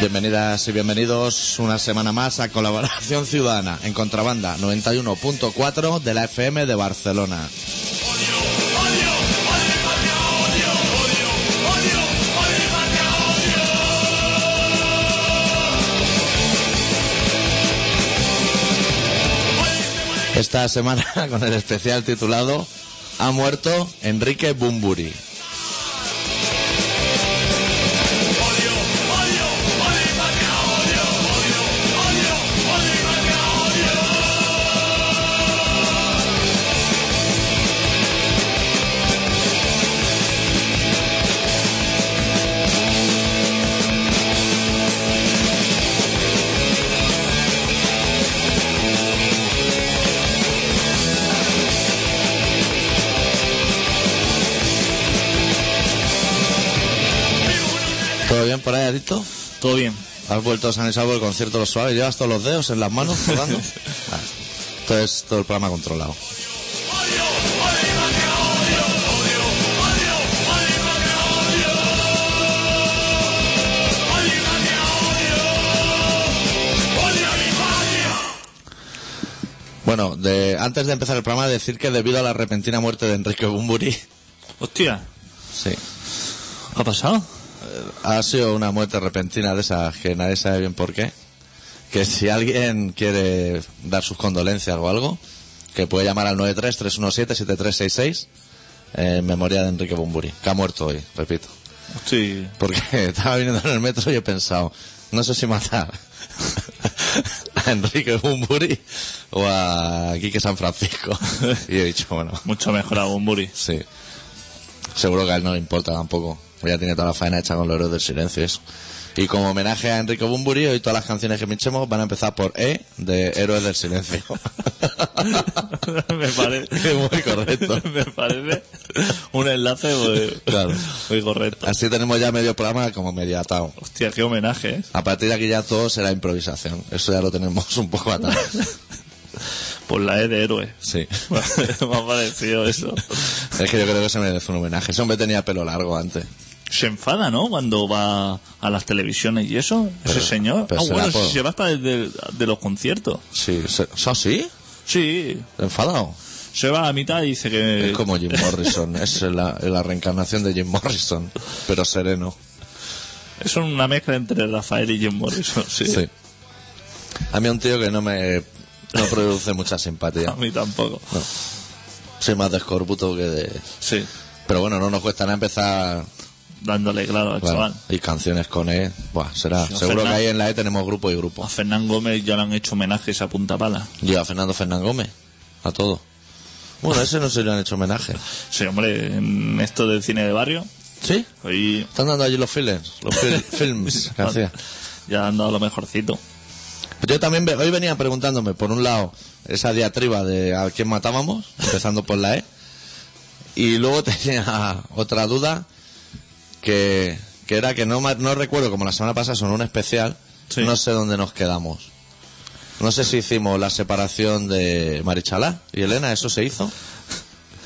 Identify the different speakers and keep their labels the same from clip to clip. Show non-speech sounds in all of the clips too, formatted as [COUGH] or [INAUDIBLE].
Speaker 1: Bienvenidas y bienvenidos una semana más a Colaboración Ciudadana en Contrabanda 91.4 de la FM de Barcelona. Esta semana [LAUGHS] con el especial titulado Ha muerto Enrique Bumburi. ¿Todo bien por ahí, Adicto?
Speaker 2: Todo bien.
Speaker 1: Has vuelto San y salvo el concierto Los Suaves, llevas todos los dedos en las manos jugando.
Speaker 2: [LAUGHS]
Speaker 1: Ah, todo es todo el programa controlado. Bueno, de- antes de empezar el programa, decir que debido a la repentina muerte de Enrique Bumburi,
Speaker 2: Hostia,
Speaker 1: sí,
Speaker 2: ¿ha pasado?
Speaker 1: ha sido una muerte repentina de esas que nadie sabe bien por qué. Que si alguien quiere dar sus condolencias o algo, que puede llamar al 93-317-7366 eh, en memoria de Enrique Bumburi, que ha muerto hoy, repito.
Speaker 2: Hostia.
Speaker 1: Porque [LAUGHS] estaba viniendo en el metro y he pensado, no sé si matar [LAUGHS] a Enrique Bumburi o a Quique San Francisco. [LAUGHS] Y he dicho, bueno,
Speaker 2: Mucho mejor a [LAUGHS]
Speaker 1: [LAUGHS]
Speaker 2: Bumburi.
Speaker 1: Sí. Seguro que a él no le importa tampoco. Ya tiene toda la faena hecha con los héroes del silencio. y eso. Y como homenaje a Enrique Bumburi, hoy todas las canciones que pinchemos van a empezar por E de Héroes del Silencio.
Speaker 2: me parece.
Speaker 1: Es muy correcto.
Speaker 2: [LAUGHS] me parece un enlace muy,
Speaker 1: Claro.
Speaker 2: muy correcto.
Speaker 1: Así tenemos ya medio programa como medio atado.
Speaker 2: Hostia, qué homenaje, ¿eh?
Speaker 1: A partir de aquí ya todo será improvisación. Eso ya lo tenemos un poco atado.
Speaker 2: Por la E de héroe. [LAUGHS]
Speaker 1: Sí.
Speaker 2: me ha parecido eso.
Speaker 1: Es que yo creo que se merece un homenaje. Ese hombre tenía pelo largo antes.
Speaker 2: Se enfada, ¿no? Cuando va a las televisiones y eso. Ese
Speaker 1: Pero-
Speaker 2: señor.
Speaker 1: pero
Speaker 2: ah,
Speaker 1: será
Speaker 2: bueno,
Speaker 1: por-
Speaker 2: si se va hasta desde de los conciertos.
Speaker 1: Sí. se- ¿Eso sí?
Speaker 2: Sí.
Speaker 1: ¿Enfadado?
Speaker 2: Se va a la mitad y dice que...
Speaker 1: Es como Jim Morrison. Es la- la reencarnación de Jim Morrison. Pero sereno.
Speaker 2: Es una mezcla entre Rafael y Jim Morrison, [LAUGHS] sí.
Speaker 1: Sí. A mí un tío que no me no produce mucha
Speaker 2: A [LAUGHS]
Speaker 1: simpatía.
Speaker 2: mí tampoco.
Speaker 1: Soy más de escorbuto que de...
Speaker 2: Sí.
Speaker 1: Pero bueno, no nos cuesta nada empezar...
Speaker 2: Dándole claro al
Speaker 1: claro,
Speaker 2: chaval.
Speaker 1: y canciones con E. Buah, será.
Speaker 2: Sí,
Speaker 1: Seguro
Speaker 2: Fernan- Ah.
Speaker 1: que ahí en la E tenemos grupo y
Speaker 2: A
Speaker 1: grupo.
Speaker 2: Fernán Gómez ya le han hecho homenajes a punta pala.
Speaker 1: Y a Fernando Fernán Gómez. A todo. Bueno, a ese no se le han hecho homenaje.
Speaker 2: Sí, hombre, en esto del cine de barrio,
Speaker 1: ¿Sí?
Speaker 2: hoy
Speaker 1: Están dando allí los films.
Speaker 2: [LAUGHS]
Speaker 1: Los fil- films que hacía.
Speaker 2: ya han dado lo mejorcito.
Speaker 1: Yo también ve- hoy venía preguntándome, por un lado, esa diatriba de a quién matábamos, empezando por la E. Y luego [LAUGHS] tenía otra duda, que, que era que no, ma- no recuerdo, como la semana pasada son un especial,
Speaker 2: Sí.
Speaker 1: no sé dónde nos quedamos. No sé si hicimos la separación de Marichalá y Elena, eso se hizo.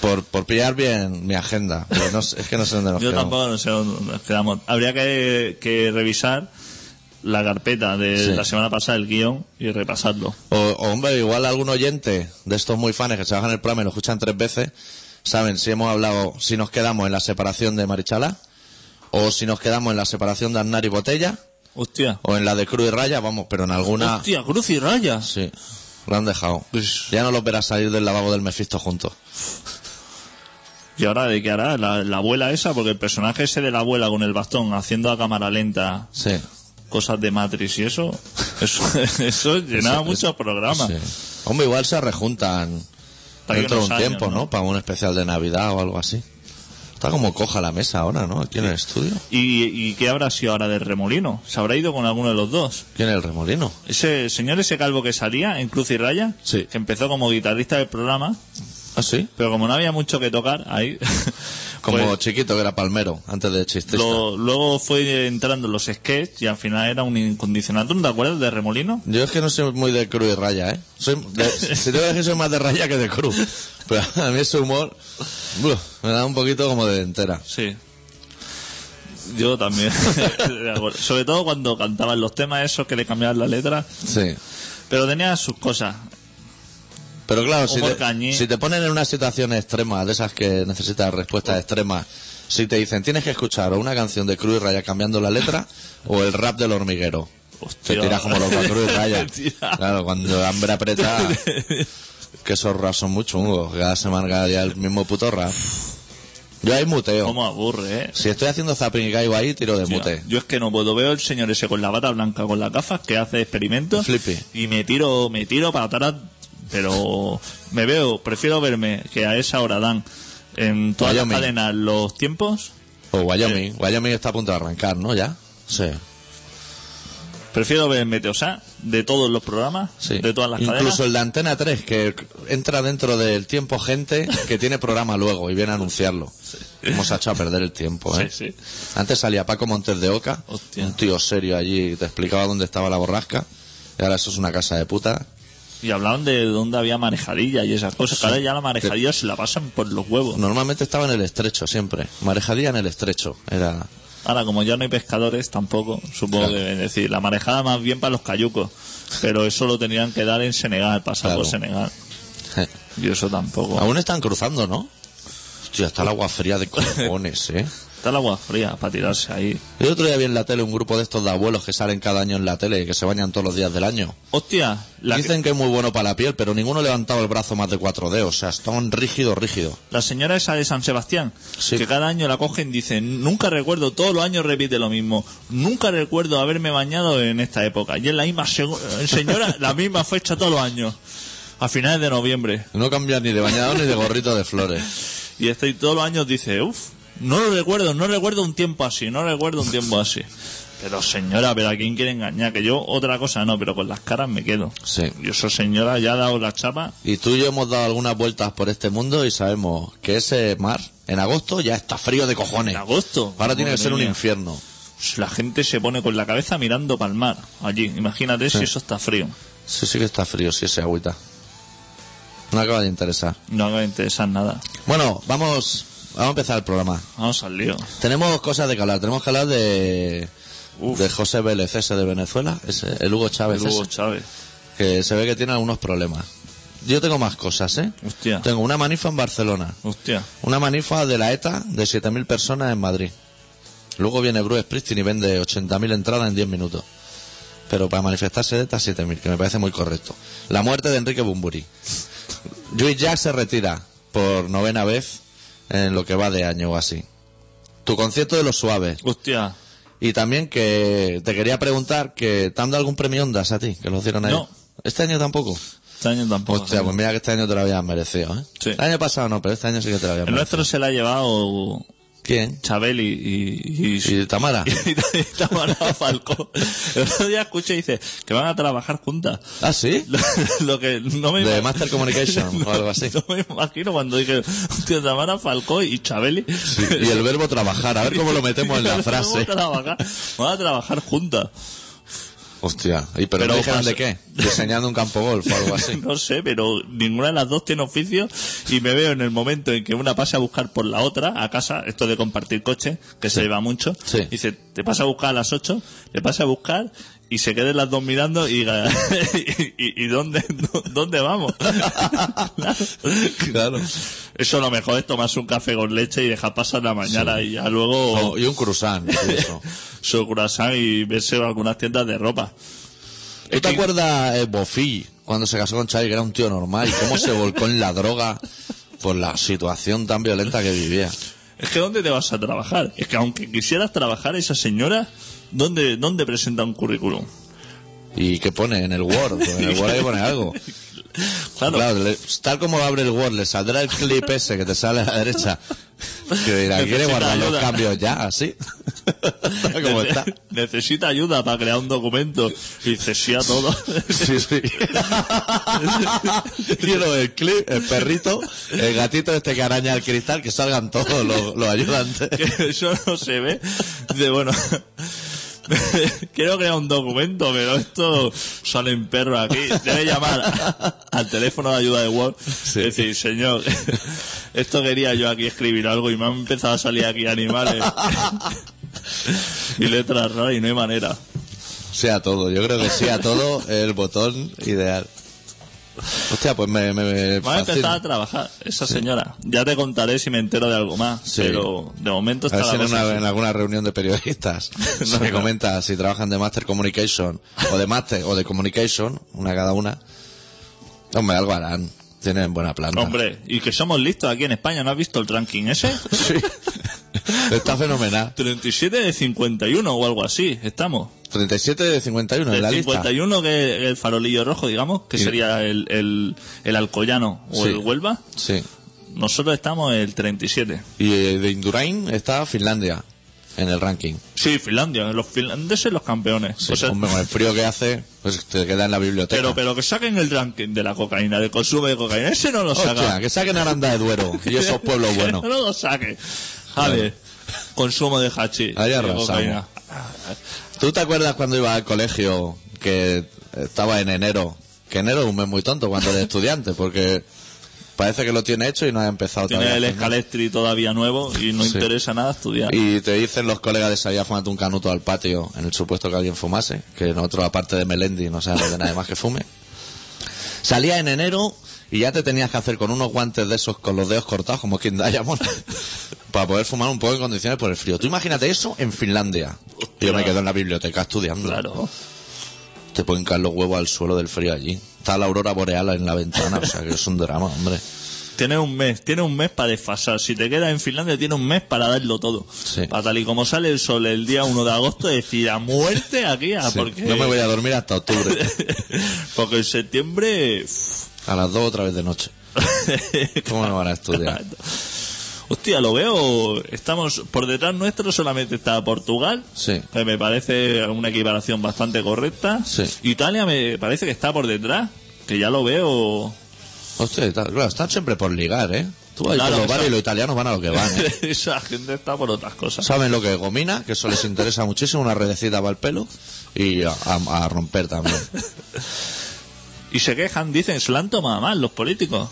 Speaker 1: Por, por pillar bien mi agenda. pero no sé- es que no sé dónde nos
Speaker 2: Yo
Speaker 1: quedamos.
Speaker 2: tampoco no sé dónde nos quedamos. Habría que, que revisar la carpeta de
Speaker 1: Sí.
Speaker 2: la semana pasada, el guión, y repasarlo.
Speaker 1: O, o, hombre, igual algún oyente de estos muy fans que se bajan el programa y lo escuchan tres veces, saben si hemos hablado, si nos quedamos en la separación de Marichala, o si nos quedamos en la separación de Aznar y Botella,
Speaker 2: Hostia.
Speaker 1: o en la de Cruz y Raya, vamos, pero en alguna...
Speaker 2: Hostia, cruz y rayas.
Speaker 1: Sí, lo han dejado.
Speaker 2: Pues-
Speaker 1: Ya no los verás salir del lavabo del Mefisto juntos.
Speaker 2: ¿Y ahora de qué hará? La, la abuela esa, porque el personaje ese de la abuela con el bastón haciendo a cámara lenta
Speaker 1: Sí.
Speaker 2: cosas de Matrix y eso, [LAUGHS] eso, eso llenaba
Speaker 1: Eso-
Speaker 2: muchos programas.
Speaker 1: sí. Hombre, igual se rejuntan
Speaker 2: Para
Speaker 1: dentro de
Speaker 2: unos
Speaker 1: un
Speaker 2: años,
Speaker 1: tiempo,
Speaker 2: ¿no?
Speaker 1: ¿no? Para un especial de Navidad o algo así. Está como coja la mesa ahora, ¿no? Aquí en el estudio.
Speaker 2: ¿Y, y qué habrá sido ahora del remolino? ¿Se habrá ido con alguno de los dos?
Speaker 1: Aquí en el remolino.
Speaker 2: Ese señor, ese calvo que salía en Cruz y Raya,
Speaker 1: Sí.
Speaker 2: que empezó como guitarrista del programa,
Speaker 1: Ah, sí.
Speaker 2: pero como no había mucho que tocar ahí,
Speaker 1: [LAUGHS] Como
Speaker 2: pues,
Speaker 1: chiquito que era palmero, antes de chistista.
Speaker 2: lo- luego fue entrando en los sketches y al final era un incondicional. ¿Tú no te acuerdas de Remolino?
Speaker 1: Yo es que no soy muy de cruz y raya, ¿eh? Soy
Speaker 2: [LAUGHS]
Speaker 1: de- si te voy a decir, soy más de raya que de cruz. Pero a mí ese humor buf, me da un poquito como de entera.
Speaker 2: Sí. Yo también.
Speaker 1: [LAUGHS]
Speaker 2: [LAUGHS] De acuerdo. Sobre todo cuando cantaban los temas esos que le cambiaban la letra.
Speaker 1: Sí.
Speaker 2: Pero tenía sus cosas.
Speaker 1: Pero claro,
Speaker 2: O
Speaker 1: si
Speaker 2: por
Speaker 1: te,
Speaker 2: cañí.
Speaker 1: si te ponen en una situación extrema, de esas que necesitas respuestas
Speaker 2: Pues-
Speaker 1: extremas, si te dicen tienes que escuchar o una canción de Cruz y Raya cambiando la letra o el rap del hormiguero.
Speaker 2: Hostia.
Speaker 1: Te tiras como los Cruz y Raya.
Speaker 2: Tía.
Speaker 1: Claro, cuando hambre aprieta. que esos raps son muy chungos. Cada semana, cada día el mismo puto rap. Yo ahí muteo.
Speaker 2: [LAUGHS] ¿Cómo aburre, eh?
Speaker 1: Si estoy haciendo zapping y caigo ahí, tiro de
Speaker 2: Tía,
Speaker 1: mute.
Speaker 2: Yo es que no puedo. Veo el señor ese con la bata blanca, con las gafas, que hace experimentos.
Speaker 1: Flippy.
Speaker 2: Y me tiro, me tiro para atrás. Pero me veo, prefiero verme que a esa hora dan en todas las
Speaker 1: Wyoming.
Speaker 2: cadenas los tiempos.
Speaker 1: O
Speaker 2: Eh.
Speaker 1: Wyoming. Wyoming está a punto de arrancar, ¿no? ¿Ya? Sí.
Speaker 2: Prefiero verme, o sea, de todos los programas,
Speaker 1: Sí.
Speaker 2: de todas las
Speaker 1: Incluso
Speaker 2: cadenas.
Speaker 1: el de Antena 3, que entra dentro del tiempo gente que tiene programa luego y viene a anunciarlo. Hemos hecho a perder el tiempo, ¿eh?
Speaker 2: Sí, sí.
Speaker 1: Antes salía Paco Montes de Oca,
Speaker 2: Hostia.
Speaker 1: un tío serio allí, que te explicaba dónde estaba la borrasca. Y ahora eso es una casa de puta.
Speaker 2: Y hablaban de dónde había manejadilla y esas cosas. que Ahora ya la manejadilla se la pasan por los huevos.
Speaker 1: Normalmente estaba en el estrecho siempre. Marejadía en el estrecho. Era.
Speaker 2: Ahora, como ya no hay pescadores tampoco, supongo
Speaker 1: Claro.
Speaker 2: que es decir, la marejada más bien para los cayucos. Pero eso lo tendrían que dar en Senegal, pasar por
Speaker 1: Claro.
Speaker 2: Senegal. Y eso tampoco.
Speaker 1: Aún están cruzando, ¿no? Hostia, está el agua fría de
Speaker 2: [LAUGHS]
Speaker 1: cojones, ¿eh?
Speaker 2: Está el agua fría para tirarse ahí.
Speaker 1: El otro día vi en la tele un grupo de estos de abuelos que salen cada año en la tele y que se bañan todos los días del año.
Speaker 2: Hostia, la,
Speaker 1: Dicen que es muy bueno para la piel, pero ninguno levantaba el brazo más de 4D, o sea, está un rígido, rígido.
Speaker 2: la señora esa de San Sebastián,
Speaker 1: Sí.
Speaker 2: que cada año la cogen, dice, nunca recuerdo, todos los años repite lo mismo, nunca recuerdo haberme bañado en esta época. Y es la misma sego- eh, señora, la misma fecha todos los años, a finales de noviembre.
Speaker 1: No cambia ni de bañador ni de gorrito de flores.
Speaker 2: Y estoy todos los años dice, uff, no lo recuerdo, no recuerdo un tiempo así, no recuerdo un tiempo así.
Speaker 1: [LAUGHS]
Speaker 2: Pero señora, pero a quién quiere engañar, que yo otra cosa no, pero con las caras me quedo.
Speaker 1: Sí.
Speaker 2: Yo soy señora, ya ha dado la chapa.
Speaker 1: Y tú y yo hemos dado algunas vueltas por este mundo y sabemos que ese mar, en agosto, ya está frío de cojones.
Speaker 2: En agosto.
Speaker 1: Ahora tiene que ser un
Speaker 2: Madre mía.
Speaker 1: infierno.
Speaker 2: Pues La gente se pone con la cabeza mirando para el mar. Allí, imagínate si eso está frío.
Speaker 1: Sí, sí que está frío, sí, ese agüita. No acaba de interesar.
Speaker 2: No me interesa nada.
Speaker 1: Bueno, vamos, vamos a empezar el programa.
Speaker 2: Vamos al lío.
Speaker 1: Tenemos cosas de que hablar. Tenemos que hablar de,
Speaker 2: Uf.
Speaker 1: de José Vélez, ese de Venezuela, ese, el Hugo Chávez.
Speaker 2: El Hugo
Speaker 1: ese.
Speaker 2: Chávez.
Speaker 1: que se ve que tiene algunos problemas. Yo tengo más cosas, ¿eh?
Speaker 2: Hostia.
Speaker 1: Tengo una manifa en Barcelona,
Speaker 2: Hostia.
Speaker 1: una manifa de la ETA de 7.000 personas en Madrid. Luego viene Bruce Springsteen y vende 80.000 entradas en 10 minutos. Pero para manifestarse de ETA 7.000, que me parece muy correcto. La muerte de Enrique Bumburi. Luis Jack se retira por novena vez en lo que va de año o así. Tu concierto de los suaves.
Speaker 2: Hostia.
Speaker 1: Y también que te quería preguntar que te han dado algún premio Ondas a ti, que lo dieron ahí.
Speaker 2: No.
Speaker 1: Este año tampoco.
Speaker 2: Este año tampoco.
Speaker 1: Hostia, pues mira que este año te lo habías merecido, ¿eh?
Speaker 2: Sí.
Speaker 1: El año pasado no, pero este año sí que te lo habías
Speaker 2: el
Speaker 1: merecido.
Speaker 2: nuestro se la ha llevado
Speaker 1: ¿Quién?
Speaker 2: Chabel y, y, y-
Speaker 1: ¿Y Tamara?
Speaker 2: y Tamara Falcó. El otro día escuché y dice que van a trabajar juntas.
Speaker 1: [LAUGHS]
Speaker 2: [LAUGHS]
Speaker 1: ¿Ah, sí?
Speaker 2: Lo, lo que no me
Speaker 1: De
Speaker 2: imag-
Speaker 1: Master
Speaker 2: [LAUGHS]
Speaker 1: Communication
Speaker 2: no,
Speaker 1: o algo así.
Speaker 2: no me imagino cuando dije, hostia, Tamara Falcó y Chabeli.
Speaker 1: Y el verbo trabajar, a ver cómo [LAUGHS] lo
Speaker 2: [LAUGHS]
Speaker 1: metemos en la
Speaker 2: Vamos a
Speaker 1: frase.
Speaker 2: trabajar- Vamos a trabajar juntas.
Speaker 1: Hostia, ¿y pero,
Speaker 2: Pero
Speaker 1: no dijeron
Speaker 2: pasa-
Speaker 1: de qué? Diseñando un campo golf o algo
Speaker 2: [LAUGHS]
Speaker 1: así.
Speaker 2: No sé, pero ninguna de las dos tiene oficio y me veo en el momento en que una pasa a buscar por la otra a casa, esto de compartir coche, que se lleva mucho,
Speaker 1: Sí.
Speaker 2: y dice, te pasa a buscar a las 8, le pasa a buscar y se queden las dos mirando y diga, [LAUGHS] ¿y, y- y dónde, [LAUGHS] dónde vamos?
Speaker 1: [LAUGHS]
Speaker 2: [LAUGHS]
Speaker 1: Claro.
Speaker 2: Eso lo mejor es tomarse un café con leche y dejar pasar la mañana y ya luego
Speaker 1: O- y un cruzán, [LAUGHS] incluso.
Speaker 2: su croissant y verse en algunas tiendas de ropa.
Speaker 1: ¿Tú te acuerdas eh, Bofi cuando se casó con Xavi, que era un tío normal, y cómo se volcó en la droga por la situación tan violenta que vivía?
Speaker 2: Es que ¿dónde te vas a trabajar? Es que aunque quisieras trabajar esa señora, ¿dónde, dónde presenta un currículum?
Speaker 1: ¿Y qué pone en el Word? Pues en el Word hay que poner algo.
Speaker 2: Claro,
Speaker 1: Claro, le- tal como abre el Word, le saldrá el clip ese que te sale a la derecha. Que dirá, ¿quiere
Speaker 2: Necesita
Speaker 1: guardar los
Speaker 2: ayuda.
Speaker 1: cambios ya? ¿Así? Tal como
Speaker 2: nece-
Speaker 1: está?
Speaker 2: [LAUGHS] necesita ayuda para crear un documento y dice sí a todo. [LAUGHS]
Speaker 1: Sí, sí. [LAUGHS] Quiero el clip, el perrito, el gatito este que araña el cristal, que salgan todos los, los ayudantes.
Speaker 2: que eso no se ve. Dice, bueno, [LAUGHS] quiero crear un documento, pero esto salen perros aquí. Debe llamar a- al teléfono de ayuda de Word. y Decir, señor, [LAUGHS] esto quería yo aquí escribir algo y me han empezado a salir aquí animales. [LAUGHS] y letras raras y no hay manera.
Speaker 1: Sea todo, yo creo que sea todo el botón ideal. Hostia, pues me. me, me
Speaker 2: Va a empezar
Speaker 1: fascina.
Speaker 2: a trabajar esa señora. Ya te contaré si me entero de algo más.
Speaker 1: Sí.
Speaker 2: Pero de momento
Speaker 1: A
Speaker 2: está
Speaker 1: ver si
Speaker 2: la
Speaker 1: en,
Speaker 2: cosa
Speaker 1: una-
Speaker 2: así.
Speaker 1: en alguna reunión de periodistas
Speaker 2: [LAUGHS]
Speaker 1: se me comenta si trabajan de Master Communication o de Master o de Communication, una cada una. Hombre, algo harán. Tienen buena planta.
Speaker 2: Hombre, y que somos listos aquí en España. ¿No has visto el ranking
Speaker 1: [LAUGHS]
Speaker 2: ese?
Speaker 1: Sí. Está fenomenal.
Speaker 2: 37 de 51 o algo así. Estamos.
Speaker 1: 37 de 51 en
Speaker 2: El
Speaker 1: la lista.
Speaker 2: 51 que que el farolillo rojo, digamos, que
Speaker 1: Y-
Speaker 2: sería el, el, el Alcoyano o
Speaker 1: Sí.
Speaker 2: el Huelva.
Speaker 1: Sí.
Speaker 2: Nosotros estamos el 37.
Speaker 1: Y eh, de Indurain está Finlandia en el ranking.
Speaker 2: Sí, Finlandia. Los finlandeses los campeones.
Speaker 1: Sí,
Speaker 2: O sea,
Speaker 1: hombre, con el frío que hace, pues te queda en la biblioteca.
Speaker 2: pero, pero que saquen el ranking de la cocaína, del consumo de cocaína. Ese no lo
Speaker 1: Hostia,
Speaker 2: saca.
Speaker 1: que saquen Aranda de Duero y
Speaker 2: [LAUGHS]
Speaker 1: esos pueblos
Speaker 2: Que
Speaker 1: buenos.
Speaker 2: No lo saque. A ver, consumo de hachís.
Speaker 1: Ahí
Speaker 2: de
Speaker 1: arrasamos.
Speaker 2: cocaína.
Speaker 1: ¿Tú te acuerdas cuando ibas al colegio que estaba en enero? Que enero es un mes muy tonto cuando eres estudiante, porque parece que lo tiene hecho y no ha empezado
Speaker 2: Tiene
Speaker 1: todavía.
Speaker 2: el
Speaker 1: a hacer nada.
Speaker 2: escalestri todavía nuevo y no
Speaker 1: Sí.
Speaker 2: interesa nada estudiar.
Speaker 1: Y te dicen los colegas de salir a fumarte un canuto al patio en el supuesto que alguien fumase, que nosotros aparte de Melendi no sabemos de nadie más que fume. Salía en enero y ya te tenías que hacer con unos guantes de esos con los dedos cortados como King Diamond [LAUGHS] para poder fumar un poco en condiciones por el frío. Tú imagínate eso en Finlandia. Yo me
Speaker 2: Claro.
Speaker 1: quedo en la biblioteca estudiando.
Speaker 2: Claro.
Speaker 1: Te pueden caer los huevos al suelo del frío allí. Está la aurora boreal en la ventana, o sea que es un drama, hombre.
Speaker 2: Tiene un mes, tiene un mes para desfasar. Si te quedas en Finlandia, tiene un mes para darlo todo.
Speaker 1: Sí.
Speaker 2: Para tal y como sale el sol el día 1 de agosto, decir a muerte aquí, a
Speaker 1: Sí,
Speaker 2: porque,
Speaker 1: No me voy a dormir hasta octubre.
Speaker 2: porque en septiembre. uff,
Speaker 1: A las dos otra vez de noche. ¿Cómo no van a estudiar?
Speaker 2: Hostia, lo veo. Estamos por detrás nuestro, solamente está Portugal.
Speaker 1: Sí.
Speaker 2: Que Eh, me parece una equiparación bastante correcta.
Speaker 1: Sí.
Speaker 2: Italia me parece que está por detrás. Que ya lo veo.
Speaker 1: Hostia, y tal. claro, están siempre por ligar, ¿eh? Tú vas
Speaker 2: Claro,
Speaker 1: por los bares
Speaker 2: eso.
Speaker 1: y los italianos van a lo que van. ¿eh?
Speaker 2: [LAUGHS] Esa gente está por otras cosas.
Speaker 1: Saben lo que es gomina, que eso les interesa muchísimo, una redecita para el pelo y a, a- a romper también.
Speaker 2: Y se quejan, dicen, se lo han tomado mal los políticos.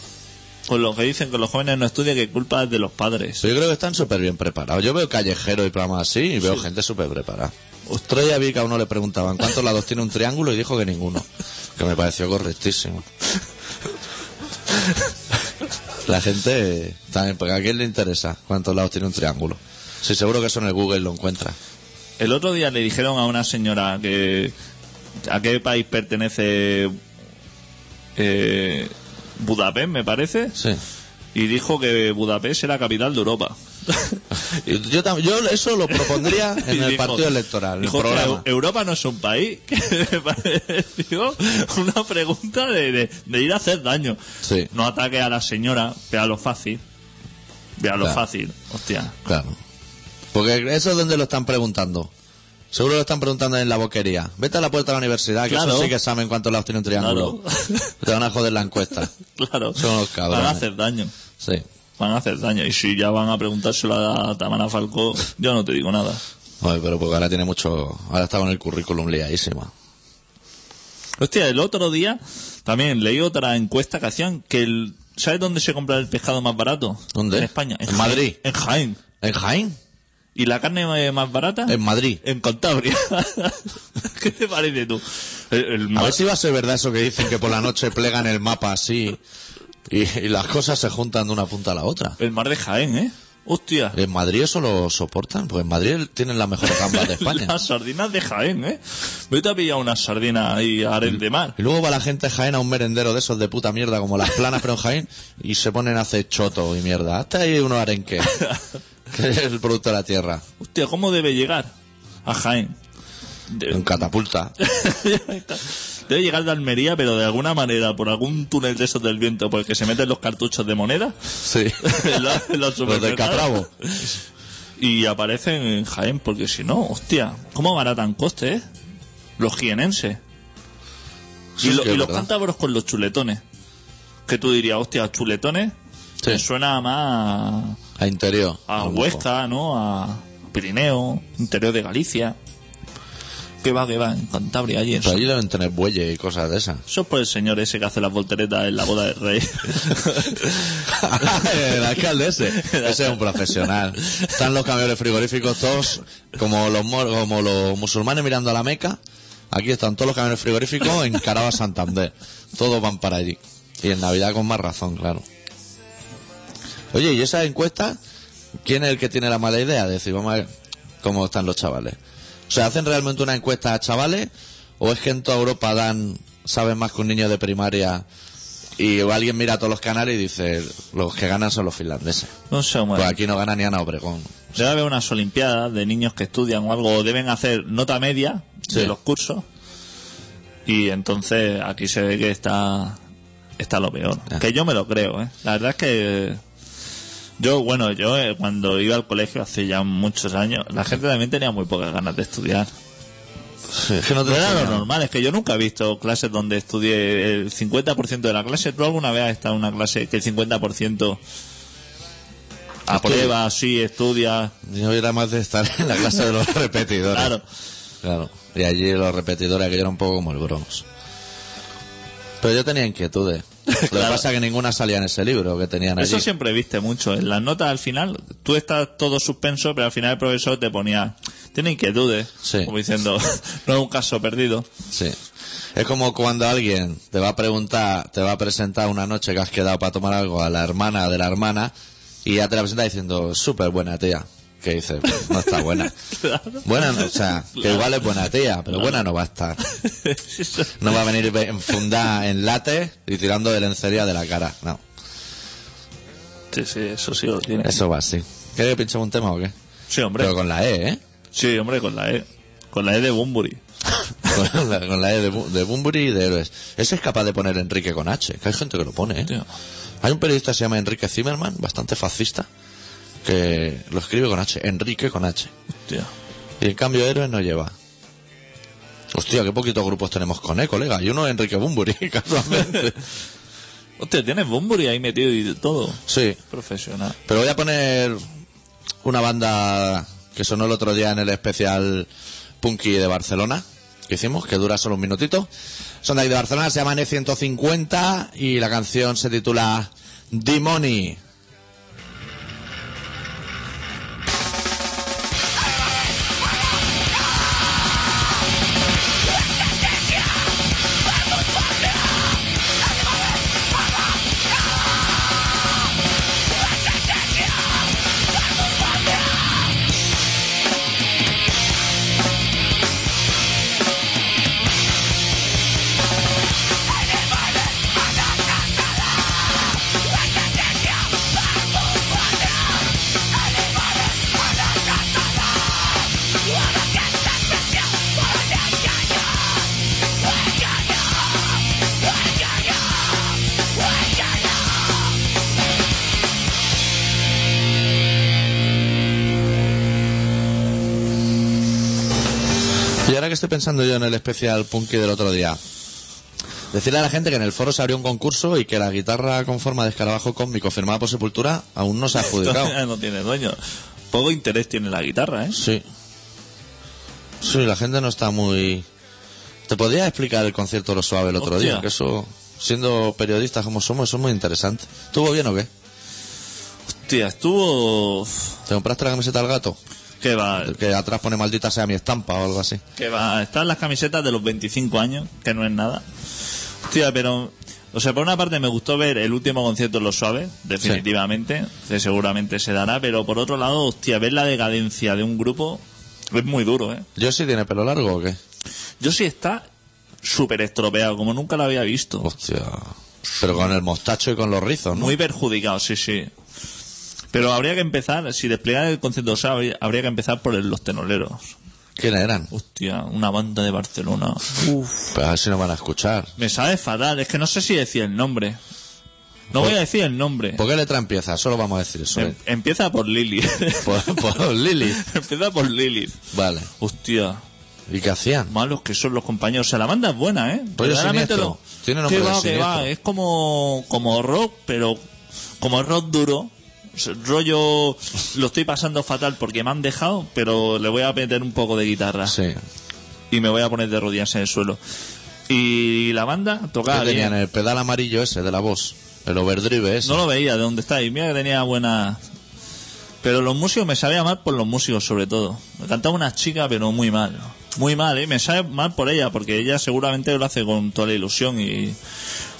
Speaker 2: Con lo que dicen que los jóvenes no estudian, que culpa es de los padres.
Speaker 1: Yo creo que están súper bien preparados. Yo veo callejeros y programas así y veo gente súper preparada. Otro día vi que a uno le preguntaban cuántos lados tiene un triángulo y dijo que ninguno. Que me pareció correctísimo. La gente también, porque a quién le interesa cuántos lados tiene un triángulo. Sí, seguro que eso en el Google lo encuentra.
Speaker 2: El otro día le dijeron a una señora que a qué país pertenece eh, Budapest, me parece,
Speaker 1: Sí.
Speaker 2: y dijo que Budapest era capital de Europa.
Speaker 1: Y Yo, tam- yo eso lo propondría
Speaker 2: [LAUGHS] Y
Speaker 1: en el
Speaker 2: dijo-
Speaker 1: partido electoral, en el
Speaker 2: dijo que
Speaker 1: programa.
Speaker 2: Eu- Europa no es un país. [LAUGHS] Que me pareció una pregunta de, de- de ir a hacer daño.
Speaker 1: Sí.
Speaker 2: No ataque a la señora, vea lo fácil. Vea lo
Speaker 1: Claro.
Speaker 2: fácil. Hostia.
Speaker 1: Claro. Porque eso es donde lo están preguntando. Seguro lo están preguntando en la boquería. Vete a la puerta de la universidad, que
Speaker 2: Claro.
Speaker 1: eso sí que saben cuántos lados tiene un triángulo. Te van a joder la encuesta.
Speaker 2: Claro.
Speaker 1: Son los cabrones.
Speaker 2: Van a hacer daño.
Speaker 1: Sí.
Speaker 2: Van a hacer daño. Y si ya van a preguntárselo a Tamara Falcó, yo no te digo nada.
Speaker 1: Oye, pero porque ahora tiene mucho... Ahora está con el currículum liadísima.
Speaker 2: Hostia, el otro día también leí otra encuesta que hacían que el... ¿Sabes dónde se compra el pescado más barato?
Speaker 1: ¿Dónde?
Speaker 2: En España.
Speaker 1: ¿En Madrid?
Speaker 2: Jaén. En Jaén.
Speaker 1: ¿En Jaén?
Speaker 2: ¿Y la carne eh, más barata?
Speaker 1: En Madrid.
Speaker 2: En Cantabria. [LAUGHS] ¿Qué te parece tú? El, el
Speaker 1: A
Speaker 2: mar-
Speaker 1: ver si va a ser verdad eso que dicen que por la noche plegan el mapa así y, y las cosas se juntan de una punta a la otra.
Speaker 2: el mar de Jaén, ¿eh? Hostia.
Speaker 1: ¿En Madrid eso lo soportan? Pues en Madrid tienen la mejor gambas
Speaker 2: [LAUGHS]
Speaker 1: de España.
Speaker 2: Las sardinas de Jaén, ¿eh? Vete a pillar una sardina ahí a arel de mar.
Speaker 1: Y luego va la gente a Jaén a un merendero de esos de puta mierda como las planas, pero en Jaén, y se ponen a hacer choto y mierda. Hasta ahí unos
Speaker 2: [LAUGHS]
Speaker 1: arenques. Que es el producto de la tierra.
Speaker 2: Hostia, ¿cómo debe llegar a Jaén? De- [LAUGHS]
Speaker 1: En catapulta.
Speaker 2: Debe llegar de Almería, pero de alguna manera, por algún túnel de esos del viento, porque se meten los cartuchos de moneda [LAUGHS]
Speaker 1: Sí.
Speaker 2: en los, en los
Speaker 1: [LAUGHS] Los del
Speaker 2: supermercados,
Speaker 1: Catravo.
Speaker 2: y aparecen en Jaén, porque si no, hostia, ¿cómo baratan coste, eh? Los jienenses.
Speaker 1: Sí,
Speaker 2: y lo-
Speaker 1: que es
Speaker 2: y los
Speaker 1: verdad.
Speaker 2: cántabros con los chuletones. Que tú dirías, hostia, chuletones,
Speaker 1: Sí.
Speaker 2: me suena más
Speaker 1: A interior.
Speaker 2: a
Speaker 1: lo mejor.
Speaker 2: Huesca, ¿no? A Pirineo, interior de Galicia. Que va, que va, en Cantabria, allí en
Speaker 1: Pero allí deben tener bueyes y cosas de esas.
Speaker 2: Eso es por el señor ese que hace las volteretas en la boda del rey.
Speaker 1: [LAUGHS] el alcalde ese. Ese es un profesional. Están los camiones frigoríficos todos como los, mor- como los musulmanes mirando a la Meca. Aquí están todos los camiones frigoríficos encarados a Santander. Todos van para allí. Y en Navidad con más razón, claro. Oye, ¿y esa encuesta? ¿Quién es el que tiene la mala idea? De decir, vamos a ver cómo están los chavales. O sea, ¿hacen realmente una encuesta a chavales? ¿O es que en toda Europa dan, saben más que un niño de primaria? Y alguien mira todos los canales y dice, los que ganan son los finlandeses.
Speaker 2: No sé, hombre.
Speaker 1: Pues aquí no gana ni Ana Obregón.
Speaker 2: Debe haber unas olimpiadas de niños que estudian o algo, o deben hacer nota media
Speaker 1: Sí.
Speaker 2: de los cursos. Y entonces aquí se ve que está, está lo peor.
Speaker 1: Ah.
Speaker 2: Que yo me lo creo, ¿eh? La verdad es que yo, bueno, yo eh, cuando iba al colegio hace ya muchos años, la gente también tenía muy pocas ganas de estudiar.
Speaker 1: es que no te
Speaker 2: Pero era lo
Speaker 1: enseñan.
Speaker 2: normal, es que yo nunca he visto clases donde estudie el 50% de la clase. ¿Tú alguna vez has estado en una clase que el 50% aprueba, sí, estudia?
Speaker 1: Yo era más de estar en la clase de [LAUGHS] los repetidores.
Speaker 2: Claro.
Speaker 1: Claro. Y allí los repetidores, que yo era un poco como el Bronx. Pero yo tenía [LAUGHS] inquietudes. Lo que
Speaker 2: Claro.
Speaker 1: pasa es que ninguna salía en ese libro que tenían allí.
Speaker 2: Eso siempre viste mucho. En las notas al final, tú estás todo suspenso, pero al final el profesor te ponía, tiene inquietudes,
Speaker 1: Sí.
Speaker 2: como diciendo, [LAUGHS] no es un caso [LAUGHS] perdido.
Speaker 1: Sí. Es como cuando alguien te va a preguntar, te va a presentar una noche que has quedado para tomar algo a la hermana de la hermana y ya te la presenta diciendo, súper buena tía. Que dice, no está [LAUGHS] buena. Buena, no, o sea, que igual es buena tía, pero buena no va a estar. No va a venir ve- enfundada en late y tirando de lencería de la cara. No,
Speaker 2: Sí, sí, eso sí lo tiene.
Speaker 1: eso va así. ¿Quieres que pinchemos un tema o qué?
Speaker 2: Sí, hombre.
Speaker 1: Pero con la E, ¿eh?
Speaker 2: Sí, hombre, con la E. Con la E de Bumburi.
Speaker 1: Con la, con la E de, Bu- de Bunbury y de Héroes. Ese es capaz de poner Enrique con H, que hay gente que lo pone, ¿eh?
Speaker 2: Tío.
Speaker 1: Hay un periodista que se llama Enrique Zimmerman, bastante fascista, que lo escribe con H, Enrique con H.
Speaker 2: Tío.
Speaker 1: Y en cambio héroes no lleva. Hostia, qué poquitos grupos tenemos con E, colega. Y uno es Enrique Bumburi, [LAUGHS] casualmente.
Speaker 2: Hostia, tienes Bumburi ahí metido y de todo.
Speaker 1: Sí,
Speaker 2: Profesional.
Speaker 1: pero voy a poner una banda que sonó el otro día en el especial Punky de Barcelona que hicimos, que dura solo un minutito. Son de ahí de Barcelona, se llaman E150 y la canción se titula Dimoni. Y ahora que estoy pensando yo en el especial punky del otro día, decirle a la gente que en el foro se abrió un concurso y que la guitarra con forma de escarabajo cósmico firmada por Sepultura aún no se ha adjudicado.
Speaker 2: Todavía [LAUGHS] no tiene dueño. Poco interés tiene la guitarra, ¿eh?
Speaker 1: Sí. Sí, la gente no está muy... ¿Te podría explicar el concierto de Lo Suave el otro
Speaker 2: Hostia.
Speaker 1: día? Que eso, siendo periodistas como somos, eso es muy interesante. ¿Estuvo bien o qué?
Speaker 2: Hostia, estuvo...
Speaker 1: ¿Te compraste la camiseta al gato?
Speaker 2: ¿Qué va?
Speaker 1: Que atrás pone maldita sea mi estampa o algo así.
Speaker 2: Que va, están las camisetas de los 25 años, que no es nada. Hostia, pero. O sea, por una parte me gustó ver el último concierto en Los Suaves, definitivamente, que seguramente se dará, pero por otro lado, hostia, ver la decadencia de un grupo es muy duro, ¿eh?
Speaker 1: ¿Yo sí tiene pelo largo o qué?
Speaker 2: Yo sí está súper estropeado, como nunca lo había visto.
Speaker 1: Hostia. Pero con el mostacho y con los rizos, ¿no?
Speaker 2: Muy perjudicado, sí, sí. Pero habría que empezar, si desplegar el concierto de Los Suaves, habría que empezar por el- los tenoleros.
Speaker 1: ¿Quiénes eran?
Speaker 2: Hostia, una banda de Barcelona. Uf.
Speaker 1: Pero a ver si nos van a escuchar.
Speaker 2: Me sabe fatal, es que no sé si decir el nombre. No voy a decir el nombre.
Speaker 1: ¿Por qué letra empieza? Solo vamos a decir eso.
Speaker 2: Em- empieza por [LAUGHS] Lilith.
Speaker 1: Por, por [LAUGHS] Lili.
Speaker 2: empieza por Lilith.
Speaker 1: Vale.
Speaker 2: Hostia,
Speaker 1: ¿Y qué hacían?
Speaker 2: malos que son los compañeros. O sea, la banda es buena, ¿eh?
Speaker 1: Rollo
Speaker 2: Verdaderamente
Speaker 1: Pues siniestro. Tiene nombre
Speaker 2: Que va,
Speaker 1: de
Speaker 2: que va.
Speaker 1: siniestro.
Speaker 2: Es como, como rock, pero como rock duro. O sea, Rollo, Ah. lo estoy pasando fatal porque me han dejado, pero le voy a meter un poco de guitarra.
Speaker 1: Sí.
Speaker 2: y me voy a poner de rodillas en el suelo. Y la banda tocaba
Speaker 1: Que
Speaker 2: bien.
Speaker 1: tenían el pedal amarillo ese de la voz, el overdrive ese.
Speaker 2: No lo veía de dónde estáis. Mira que tenía buena. Pero los músicos me sabía mal por los músicos, sobre todo. Me cantaba una chica, pero muy mal. Muy mal, ¿eh? Me sabe mal por ella, porque ella seguramente lo hace con toda la ilusión y.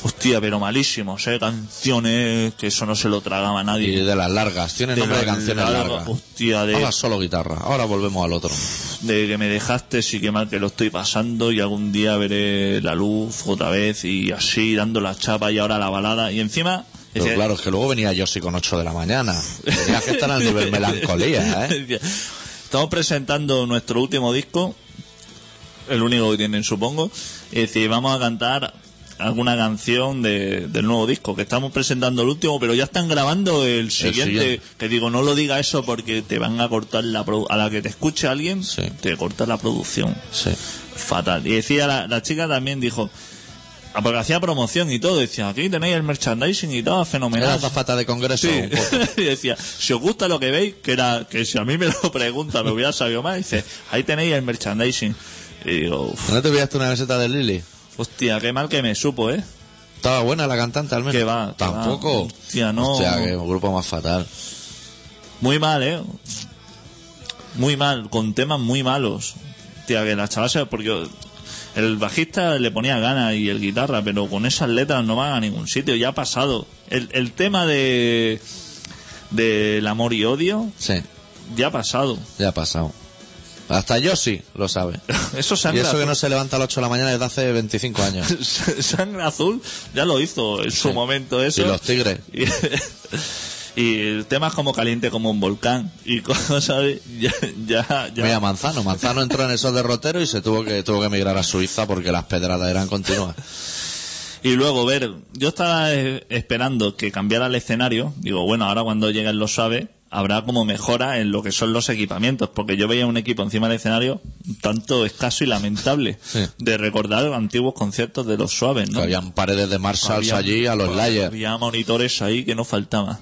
Speaker 2: Hostia, pero malísimos, ¿eh? Canciones que eso no se lo tragaba
Speaker 1: Y
Speaker 2: nadie.
Speaker 1: de las largas, tiene nombre de
Speaker 2: las
Speaker 1: canciones
Speaker 2: largas,
Speaker 1: largas.
Speaker 2: hostia, de-
Speaker 1: Ahora solo guitarra, ahora volvemos al otro.
Speaker 2: de que me dejaste, sí que mal que lo estoy pasando y algún día veré la luz otra vez y así dando la chapa y ahora la balada y encima
Speaker 1: Pero
Speaker 2: decía-
Speaker 1: claro, es que luego venía yo sí con 8 de la mañana. Tenías que estar al nivel
Speaker 2: [LAUGHS]
Speaker 1: melancolía, ¿eh?
Speaker 2: decía, estamos presentando nuestro último disco, el único que tienen supongo, y decir, vamos a cantar alguna canción de- del nuevo disco, que estamos presentando el último, pero ya están grabando el siguiente,
Speaker 1: siguiente.
Speaker 2: que digo, no lo diga eso porque te van a cortar la produ- a la que te escuche alguien,
Speaker 1: Sí.
Speaker 2: te corta la producción.
Speaker 1: Sí.
Speaker 2: Fatal. Y decía la, la chica también dijo, ah, porque hacía promoción y todo, decía, aquí tenéis el merchandising y todo,
Speaker 1: Era
Speaker 2: fenomenal.
Speaker 1: azafata de congreso.
Speaker 2: Ah. Sí.
Speaker 1: un
Speaker 2: [LAUGHS]
Speaker 1: poco.
Speaker 2: y decía, si os gusta lo que veis, que era, que si a mí me lo [LAUGHS] pregunta me hubiera sabido más, dice, ahí tenéis el merchandising. Y digo, "Uf,
Speaker 1: ¿No te pillaste una camiseta de Lili?
Speaker 2: hostia, qué mal que me supo, eh.
Speaker 1: Estaba buena la cantante al menos.
Speaker 2: Que va, que
Speaker 1: Tampoco.
Speaker 2: va. Hostia, no.
Speaker 1: Hostia, que grupo más fatal.
Speaker 2: Muy mal, eh. Muy mal, con temas muy malos. Tía, que la chaval se- porque el bajista le ponía ganas y el guitarra, pero con esas letras no van a ningún sitio, ya ha pasado. El, el tema de del amor y odio
Speaker 1: Sí,
Speaker 2: ya ha pasado. [LAUGHS]
Speaker 1: ya ha pasado. Hasta yo sí lo sabe.
Speaker 2: Eso
Speaker 1: Y
Speaker 2: sangra
Speaker 1: eso que
Speaker 2: azul.
Speaker 1: no se levanta a las 8 de la mañana desde hace 25 años.
Speaker 2: [LAUGHS] Sangre Azul ya lo hizo en su
Speaker 1: Sí.
Speaker 2: momento eso.
Speaker 1: Y los tigres.
Speaker 2: Y, [LAUGHS] y temas como caliente como un volcán y [LAUGHS] cosas ya, ya, ya.
Speaker 1: Mira, Manzano. Manzano entró en esos derroteros y se tuvo que tuvo que emigrar a Suiza porque las pedradas eran continuas.
Speaker 2: Y luego ver, yo estaba eh, esperando que cambiara el escenario. Digo, bueno, ahora cuando lleguen los suaves habrá como mejora en lo que son los equipamientos, porque yo veía un equipo encima del escenario un tanto escaso y lamentable
Speaker 1: [LAUGHS] Sí.
Speaker 2: de recordar antiguos conciertos de los suaves,
Speaker 1: Que
Speaker 2: ¿no?
Speaker 1: habían paredes de Marshalls
Speaker 2: Había-
Speaker 1: allí a los Layers.
Speaker 2: Había monitores ahí que no faltaba.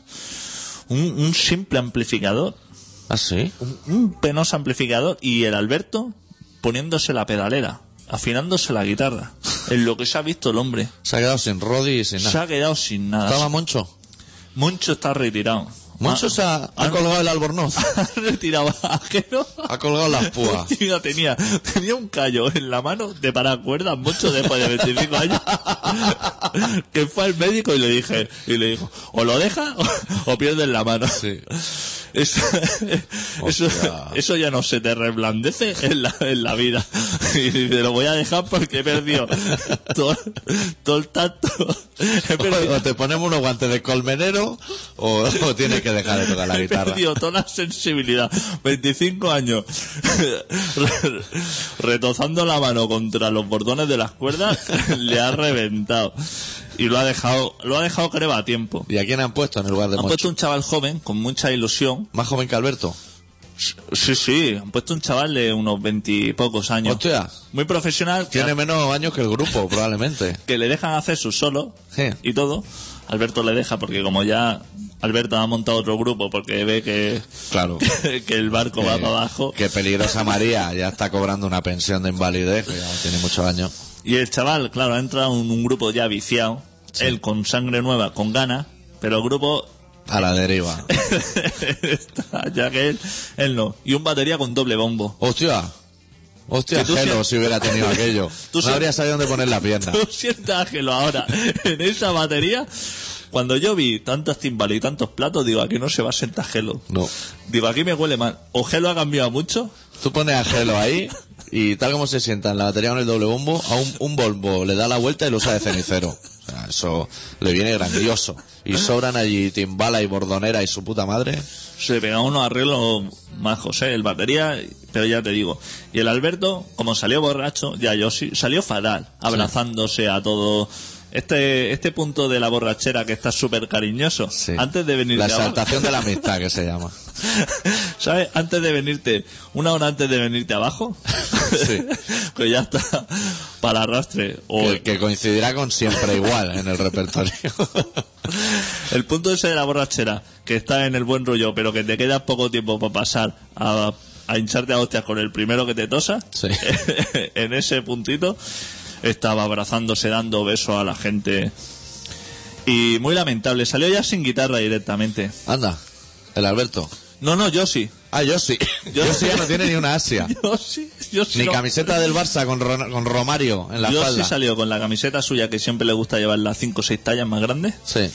Speaker 2: Un, un simple amplificador,
Speaker 1: ¿Ah, sí?
Speaker 2: un penoso amplificador y el Alberto poniéndose la pedalera, afinándose la guitarra. En lo que se ha visto el hombre.
Speaker 1: Se ha quedado sin Roddy y sin
Speaker 2: Se
Speaker 1: nada.
Speaker 2: ha quedado sin nada.
Speaker 1: Estaba Moncho.
Speaker 2: Moncho está retirado.
Speaker 1: Moncho
Speaker 2: Ah,
Speaker 1: se ha, ha
Speaker 2: ah,
Speaker 1: colgado el
Speaker 2: [LAUGHS]
Speaker 1: albornoz.
Speaker 2: ha retirado a Jero.
Speaker 1: Ha colgado las púas.
Speaker 2: Tío, tenía, tenía un callo en la mano de paracuerdas Moncho después de 25 años. [LAUGHS] que fue al médico y le dije, y le dijo, o lo deja o, o pierdes la mano.
Speaker 1: Sí. [LAUGHS]
Speaker 2: Eso, eso,
Speaker 1: Hostia.
Speaker 2: eso ya no se te reblandece en la, en la vida. Y dice, lo voy a dejar porque he perdido todo, todo el tacto. He perdido-
Speaker 1: O, o te ponemos unos guantes de colmenero o, o tienes que dejar de tocar la
Speaker 2: He
Speaker 1: guitarra.
Speaker 2: perdido toda la sensibilidad. 25 años Re- retozando la mano contra los bordones de las cuerdas le ha reventado. Y lo ha dejado, lo ha dejado creo a tiempo.
Speaker 1: ¿Y a quién han puesto en el lugar de
Speaker 2: Han
Speaker 1: Moncho?
Speaker 2: puesto un chaval joven con mucha ilusión.
Speaker 1: Más joven que Alberto.
Speaker 2: Sí, sí, han puesto un chaval de unos 20 y pocos años.
Speaker 1: Hostia,
Speaker 2: Muy profesional, que,
Speaker 1: tiene menos años que el grupo, probablemente.
Speaker 2: que le dejan hacer su solo
Speaker 1: Sí.
Speaker 2: y todo. Alberto le deja porque como ya Alberto ha montado otro grupo porque ve que, [LAUGHS]
Speaker 1: Claro.
Speaker 2: que el barco va para abajo.
Speaker 1: Eh, Qué peligrosa María, ya está cobrando una pensión de invalidez, que ya tiene muchos años.
Speaker 2: Y el chaval, claro, ha entrado en un grupo ya viciado, él con sangre nueva, con ganas, pero el grupo [LAUGHS]
Speaker 1: A la deriva.
Speaker 2: está ya que él, él no. Y un batería con doble bombo. [LAUGHS]
Speaker 1: Hostia, hostia,
Speaker 2: Que tú
Speaker 1: Jero,
Speaker 2: seas-
Speaker 1: si hubiera tenido aquello.
Speaker 2: [LAUGHS] Tú
Speaker 1: no
Speaker 2: seas-
Speaker 1: habría sabido dónde poner la pierna.
Speaker 2: Tú sientas ágelo ahora [LAUGHS] en esa batería. Cuando yo vi tantas timbales y tantos platos, digo, aquí no se va a sentar Gelo.
Speaker 1: No.
Speaker 2: Digo, aquí me huele mal. O Gelo ha cambiado mucho,
Speaker 1: Tú pones a Gelo ahí y tal como se sienta en la batería con el doble bombo, a un, un bombo le da la vuelta y lo usa de cenicero. O sea, eso le viene grandioso. Y sobran allí timbala y bordonera y su puta madre.
Speaker 2: se pegaba unos arreglos más José, el batería, pero ya te digo. Y el Alberto, como salió borracho, ya yo sí, salió fatal, abrazándose a todo. Este, este punto de la borrachera que está súper cariñoso.
Speaker 1: Sí.
Speaker 2: Antes de venir
Speaker 1: La
Speaker 2: de abajo-
Speaker 1: exaltación de la amistad que se llama.
Speaker 2: [LAUGHS] ¿Sabes? Antes de venirte, una hora antes de venirte abajo,
Speaker 1: [LAUGHS]
Speaker 2: [LAUGHS]
Speaker 1: Sí.
Speaker 2: que ya está para arrastre. O
Speaker 1: Que, que coincidirá con siempre igual en el repertorio.
Speaker 2: El punto ese de la borrachera, que está en el buen rollo, pero que te queda poco tiempo para pasar a a hincharte a hostias con el primero que te tosa, [LAUGHS]
Speaker 1: Sí.
Speaker 2: en ese puntito estaba abrazándose, dando besos a la gente. Y muy lamentable, salió ya sin guitarra directamente.
Speaker 1: Anda, el Alberto.
Speaker 2: No, no, yo sí. [LAUGHS]
Speaker 1: Ah, yo sí.
Speaker 2: Yo-
Speaker 1: Yo sí ya no tiene ni una Asia.
Speaker 2: Yo sí, yo sí.
Speaker 1: Ni
Speaker 2: no.
Speaker 1: camiseta del Barça con, Ron- con Romario en la
Speaker 2: yo sí
Speaker 1: espalda.
Speaker 2: salió con la camiseta suya que siempre le gusta llevar las 5 o 6 tallas más grandes.
Speaker 1: Sí.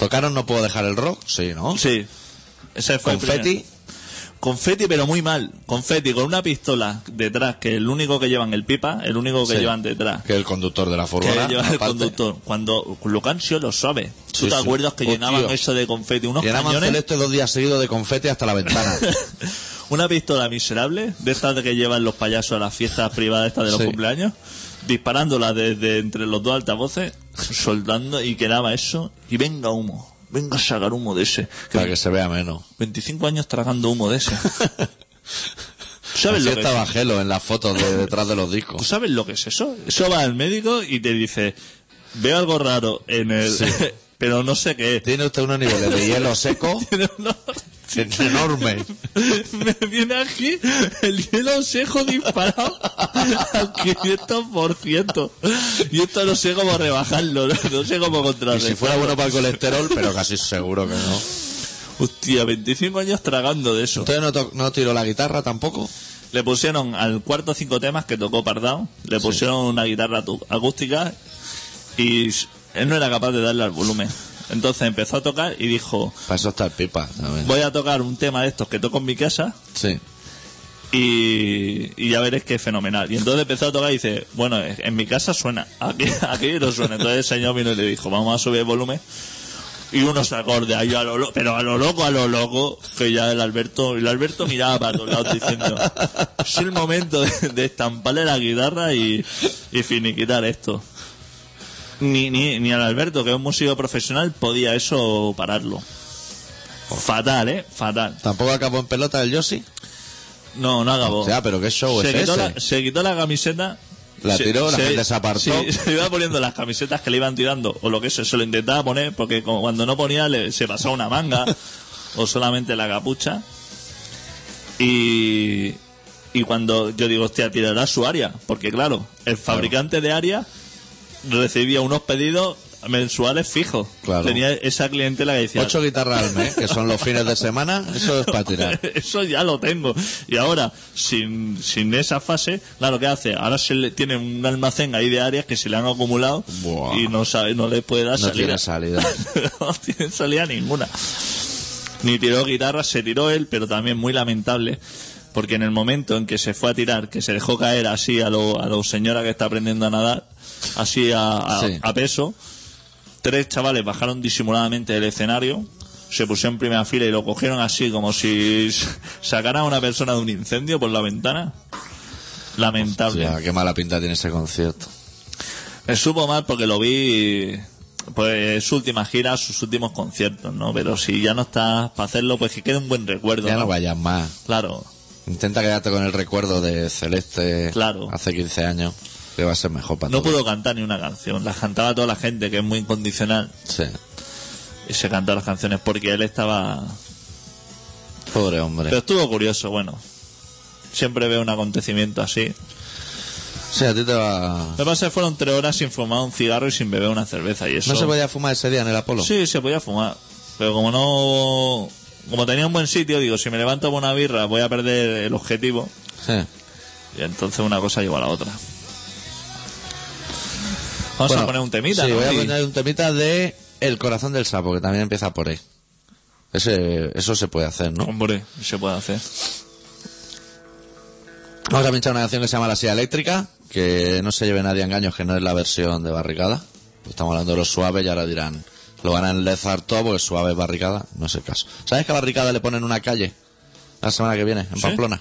Speaker 1: ¿Tocaron No Puedo Dejar el Rock? Sí, ¿no?
Speaker 2: Sí. Ese fue el primero.
Speaker 1: Confetti.
Speaker 2: Confeti, pero muy mal. Confeti con una pistola detrás, que el único que llevan el pipa, el único que
Speaker 1: Sí.
Speaker 2: llevan detrás.
Speaker 1: Que el conductor de la
Speaker 2: Que
Speaker 1: furgona.
Speaker 2: lleva el
Speaker 1: aparte,
Speaker 2: conductor. Cuando Lucancio lo sabe. ¿Tú
Speaker 1: Sí,
Speaker 2: te
Speaker 1: sí.
Speaker 2: acuerdas que
Speaker 1: Oh,
Speaker 2: llenaban
Speaker 1: tío.
Speaker 2: eso de confeti? Unos
Speaker 1: Llenaban
Speaker 2: cañones,
Speaker 1: celeste dos días seguidos de confeti hasta la ventana.
Speaker 2: [LAUGHS] una pistola miserable, de estas que llevan los payasos a las fiestas privadas estas de los
Speaker 1: Sí.
Speaker 2: cumpleaños, disparándola desde entre los dos altavoces, soltando y quedaba eso. Y venga humo, venga a sacar humo de ese.
Speaker 1: para que se vea menos.
Speaker 2: 25 años tragando humo de
Speaker 1: [LAUGHS]
Speaker 2: ese. ¿Sabes
Speaker 1: Así
Speaker 2: lo que es?
Speaker 1: estaba Gelo en las fotos de detrás de los
Speaker 2: ¿Tú
Speaker 1: discos.
Speaker 2: sabes lo que es eso? Eso va al médico y te dice, veo algo raro en el... [LAUGHS] pero no sé qué es. [LAUGHS]
Speaker 1: Tiene usted unos niveles de hielo seco
Speaker 2: Pero no-
Speaker 1: enormes.
Speaker 2: Me viene aquí el hielo seco disparado al 500%. Y esto no sé cómo rebajarlo, no, No sé cómo
Speaker 1: Y si
Speaker 2: contrarrestarlo.
Speaker 1: fuera bueno para el colesterol, pero casi seguro que no.
Speaker 2: Hostia, 25 años tragando de eso.
Speaker 1: ¿Usted no, to- no tiró la guitarra tampoco?
Speaker 2: Le pusieron al cuarto cinco temas que tocó Pardao, le pusieron una guitarra tu- acústica y s- él no era capaz de darle al volumen. Entonces empezó a tocar y dijo,
Speaker 1: Para eso está el pipa también.
Speaker 2: voy a tocar un tema de estos que toco en mi casa
Speaker 1: Sí.
Speaker 2: y, y ya veréis que es fenomenal. Y entonces empezó a tocar y dice, bueno, es- en mi casa suena, aquí, [LAUGHS] aquí no suena. Entonces el señor vino y le dijo, vamos a subir el volumen. Y unos acordes ahí a lo lo- pero a lo loco, a lo loco, que ya el Alberto, el Alberto miraba para todos lados diciendo, es el momento de, de estamparle la guitarra y, y finiquitar esto. Ni, ni, ni al Alberto, que es un músico profesional, podía eso pararlo. Fatal, ¿eh? Fatal.
Speaker 1: ¿Tampoco acabó en pelota el Yossi?
Speaker 2: No, no acabó.
Speaker 1: O sea, pero qué show
Speaker 2: se
Speaker 1: es
Speaker 2: quitó,
Speaker 1: ese.
Speaker 2: la, se quitó la camiseta.
Speaker 1: La
Speaker 2: se-
Speaker 1: tiró, la gente se apartó.
Speaker 2: sí, se iba poniendo las camisetas que le iban tirando, o lo que sea, se lo intentaba poner, porque como cuando no ponía le- se pasaba una
Speaker 1: [LAUGHS]
Speaker 2: manga, o solamente la capucha. Y, y cuando yo digo, hostia, tirará su área, porque claro, el fabricante de área recibía unos pedidos mensuales fijos.
Speaker 1: Claro.
Speaker 2: Tenía esa clientela que decía,
Speaker 1: Ocho guitarras al mes, que son los fines de semana, eso es para [LAUGHS] tirar.
Speaker 2: [LAUGHS] Eso ya lo tengo. Y ahora, sin, sin esa fase, claro, ¿qué hace? Ahora se le, tiene un almacén ahí de áreas que se le han acumulado
Speaker 1: Buah.
Speaker 2: y no sabe, no le puede dar
Speaker 1: No
Speaker 2: salida.
Speaker 1: tiene salida.
Speaker 2: [LAUGHS] no tiene salida ninguna. Ni tiró guitarra, se tiró él, pero también muy lamentable. Porque en el momento en que se fue a tirar, que se dejó caer así a lo, a lo señora que está aprendiendo a nadar, así a, a-
Speaker 1: Sí.
Speaker 2: a peso, tres chavales bajaron disimuladamente del escenario, se pusieron en primera fila y lo cogieron así como si s- sacaran a una persona de un incendio por la ventana. Lamentable.
Speaker 1: Hostia, qué mala pinta tiene ese concierto.
Speaker 2: Me supo mal porque lo vi pues su última gira, sus últimos conciertos, ¿no? Pero si ya no estás para hacerlo, pues que quede un buen recuerdo.
Speaker 1: Ya
Speaker 2: ¿no?
Speaker 1: no vayas más.
Speaker 2: Claro.
Speaker 1: Intenta quedarte con el recuerdo de Celeste
Speaker 2: Claro.
Speaker 1: hace 15 años, que va a ser mejor para
Speaker 2: No
Speaker 1: todos.
Speaker 2: pudo cantar ni una canción, las cantaba toda la gente que es muy incondicional
Speaker 1: Sí.
Speaker 2: y se cantaba las canciones porque él estaba
Speaker 1: Pobre hombre.
Speaker 2: Pero estuvo curioso, bueno. Siempre veo un acontecimiento así.
Speaker 1: Sí, a ti te va...
Speaker 2: Lo que pasa es que fueron tres horas sin fumar un cigarro y sin beber una cerveza y eso.
Speaker 1: ¿No se podía fumar ese día en el Apolo?
Speaker 2: Sí, se podía fumar. Pero como no. Como tenía un buen sitio, digo, si me levanto por una birra voy a perder el objetivo.
Speaker 1: Sí.
Speaker 2: Y entonces una cosa lleva a la otra. Vamos
Speaker 1: Bueno,
Speaker 2: a poner un temita,
Speaker 1: Sí,
Speaker 2: ¿no?
Speaker 1: voy a
Speaker 2: Y-
Speaker 1: poner un temita de El corazón del sapo, que también empieza por ahí. Ese, eso se puede hacer, ¿no?
Speaker 2: Hombre, se puede hacer.
Speaker 1: Vamos a pinchar una canción que se llama La silla eléctrica, que no se lleve nadie a engaños, que no es la versión de barricada. Estamos hablando de los suaves y ahora dirán, lo van a enlezar todo porque suave es barricada, no es el caso. ¿Sabes que a barricada le ponen una calle la semana que viene, en Pamplona?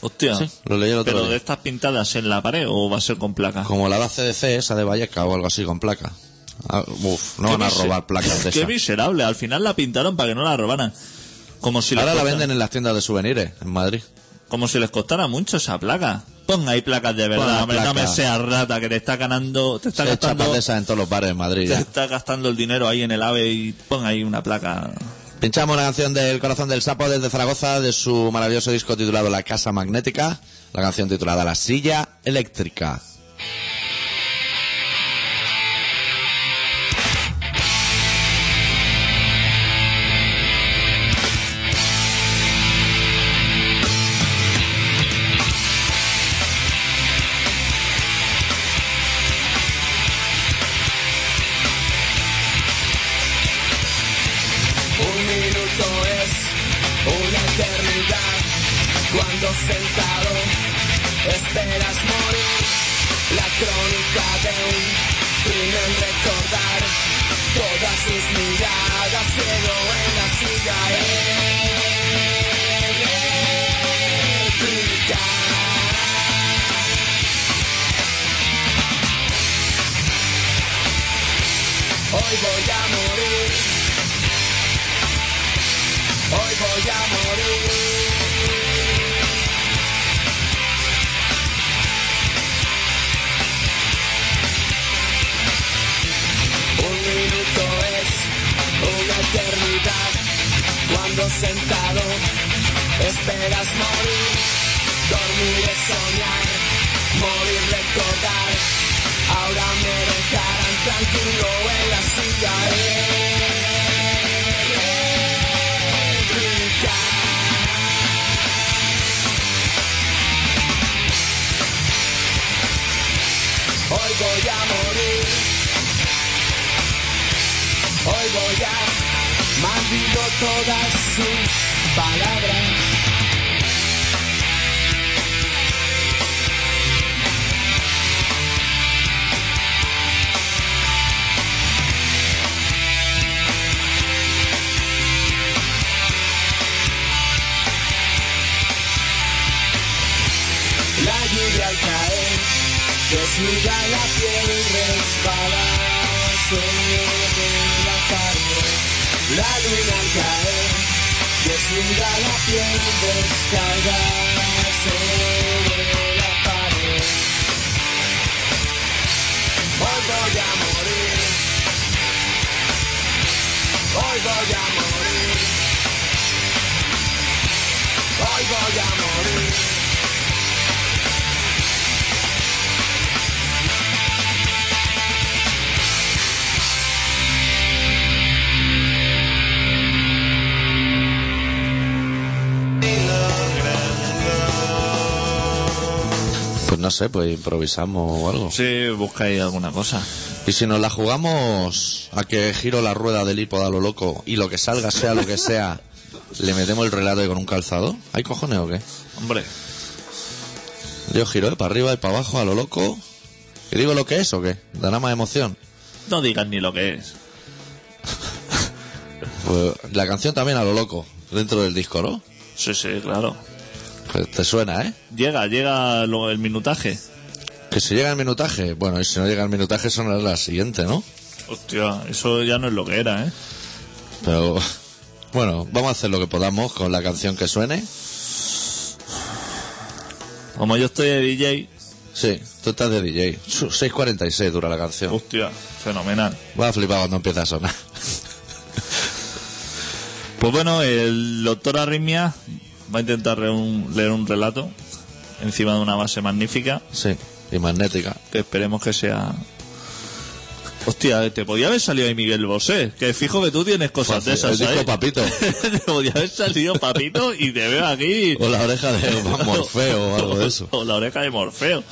Speaker 2: Hostia.
Speaker 1: Sí, lo leí el otro
Speaker 2: Pero
Speaker 1: día.
Speaker 2: de estas pintadas en la pared o va a ser con placa.
Speaker 1: Como la de ACDC, esa de Valleca o algo así, con placa. Ah, uf, no
Speaker 2: Qué
Speaker 1: van a
Speaker 2: mise-
Speaker 1: robar placas
Speaker 2: [LAUGHS]
Speaker 1: de
Speaker 2: Qué
Speaker 1: esas.
Speaker 2: miserable. Al final la pintaron para que no la robaran. Como si les
Speaker 1: Ahora la
Speaker 2: costara-
Speaker 1: venden en las tiendas de souvenirs, en Madrid.
Speaker 2: Como si les costara mucho esa placa. Pon ahí placas de
Speaker 1: Pon
Speaker 2: verdad,
Speaker 1: la
Speaker 2: hombre, no
Speaker 1: placa.
Speaker 2: me seas rata, que te está ganando, te está
Speaker 1: Hay chapas
Speaker 2: gastando, [LAUGHS]
Speaker 1: de esas en todos los bares de Madrid. ¿eh?
Speaker 2: te
Speaker 1: ya.
Speaker 2: está gastando el dinero ahí en el AVE y pon ahí una placa.
Speaker 1: Pinchamos la canción del Corazón del Sapo desde Zaragoza de su maravilloso disco titulado La Casa Magnética, la canción titulada La Silla Eléctrica.
Speaker 3: Un minuto es una eternidad cuando sentado esperas morir. La crónica de un crimen recordar todas sus miradas ciego en la silla eléctrica. Hoy voy a morir. Hoy voy a morir. Un minuto es una eternidad cuando sentado esperas morir. Dormir es soñar, morir recordar. Ahora me dejarán tranquilo en la silla eléctrica. Hoy voy a morir. Hoy voy a maldigo todas sus palabras. La lluvia al caer desnuda la piel y resbala sobre la carne. La luna al caer desnuda la piel y descarga sobre la pared. Hoy voy a morir. Hoy voy a morir. Hoy voy a morir.
Speaker 1: Pues no sé, pues improvisamos o algo.
Speaker 2: Sí, buscáis alguna cosa.
Speaker 1: Y si nos la jugamos a que giro la rueda del hipo a lo loco y lo que salga sea lo que sea, [LAUGHS] le metemos el relato con un calzado. ¿Hay cojones o qué?
Speaker 2: Hombre,
Speaker 1: Yo giro ¿eh? para arriba y para abajo a lo loco. ¿Y digo lo que es o qué? ¿Dará más emoción?
Speaker 2: no digas ni lo que es.
Speaker 1: Pues la canción también a lo loco, dentro del disco, ¿no?
Speaker 2: Sí, sí, claro.
Speaker 1: Pues te suena, ¿eh?
Speaker 2: Llega, llega lo- el minutaje.
Speaker 1: Que si llega el minutaje, bueno, y si no llega el minutaje sonará la siguiente, ¿no?
Speaker 2: Hostia, eso ya no es lo que era, ¿eh?
Speaker 1: Pero [LAUGHS] bueno, vamos a hacer lo que podamos con la canción que suene.
Speaker 2: Como yo estoy de DJ,
Speaker 1: Sí, tú estás de DJ. Su- 6.46 dura la canción.
Speaker 2: hostia, fenomenal.
Speaker 1: Va a flipar cuando empieza a sonar. [LAUGHS]
Speaker 2: Pues bueno, el doctor Arritmia va a intentar leer un, leer un relato encima de una base magnífica
Speaker 1: Sí, y magnética.
Speaker 2: que esperemos que sea. Hostia, te podía haber salido ahí Miguel Bosé, que fijo que tú tienes cosas de
Speaker 1: el
Speaker 2: esas.
Speaker 1: disco
Speaker 2: ¿sabes?
Speaker 1: Papito.
Speaker 2: [LAUGHS] te podía haber salido papito y te veo
Speaker 1: [LAUGHS]
Speaker 2: aquí.
Speaker 1: O la oreja de [LAUGHS] Morfeo o algo de eso.
Speaker 2: O la oreja de Morfeo.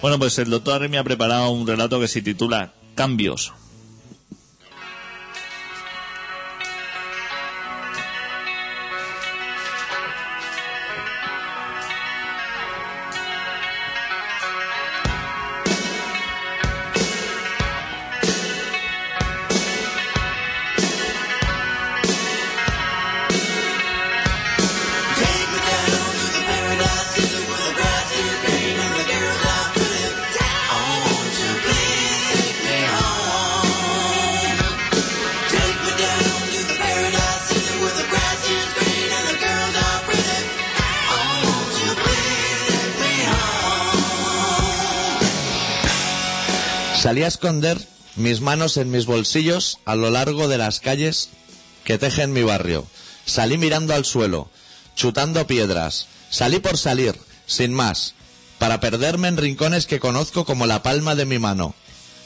Speaker 2: Bueno, pues el doctor Arritmia ha preparado un relato que se titula Cambios.
Speaker 1: Salí a esconder mis manos en mis bolsillos a lo largo de las calles que teje en mi barrio. Salí mirando al suelo, chutando piedras. Salí por salir, sin más, para perderme en rincones que conozco como la palma de mi mano,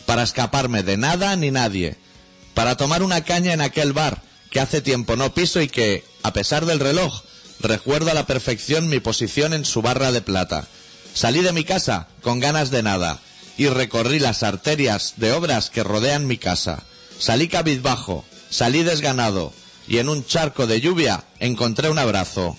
Speaker 1: para escaparme de nada ni nadie, para tomar una caña en aquel bar que hace tiempo no piso y que, a pesar del reloj, recuerdo a la perfección mi posición en su barra de plata. Salí de mi casa con ganas de nada y recorrí las arterias de obras que rodean mi casa. Salí cabizbajo, salí desganado y en un charco de lluvia encontré un abrazo.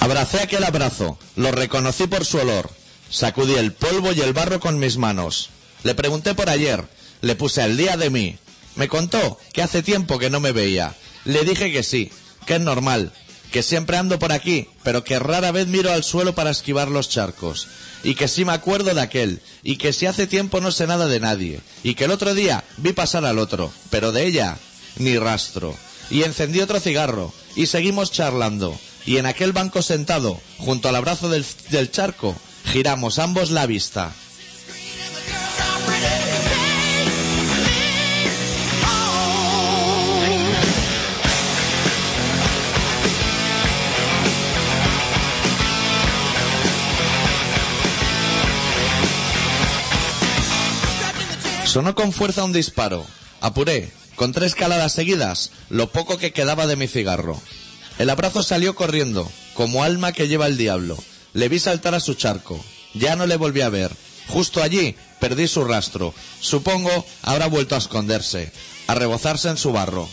Speaker 1: Abracé aquel abrazo, lo reconocí por su olor, sacudí el polvo y el barro con mis manos. Le pregunté por ayer, le puse al día de mí. Me contó que hace tiempo que no me veía. Le dije que sí, que es normal, que siempre ando por aquí, pero que rara vez miro al suelo para esquivar los charcos. Y que sí me acuerdo de aquel, y que si hace tiempo no sé nada de nadie, y que el otro día vi pasar al otro, pero de ella ni rastro. Y encendí otro cigarro, y seguimos charlando. Y en aquel banco sentado, junto al abrazo del, del charco, giramos ambos la vista. Sonó con fuerza un disparo. Apuré, con tres caladas seguidas, lo poco que quedaba de mi cigarro. El abrazo salió corriendo, como alma que lleva el diablo. Le vi saltar a su charco. Ya no le volví a ver. Justo allí perdí su rastro. Supongo habrá vuelto a esconderse, a rebozarse en su barro.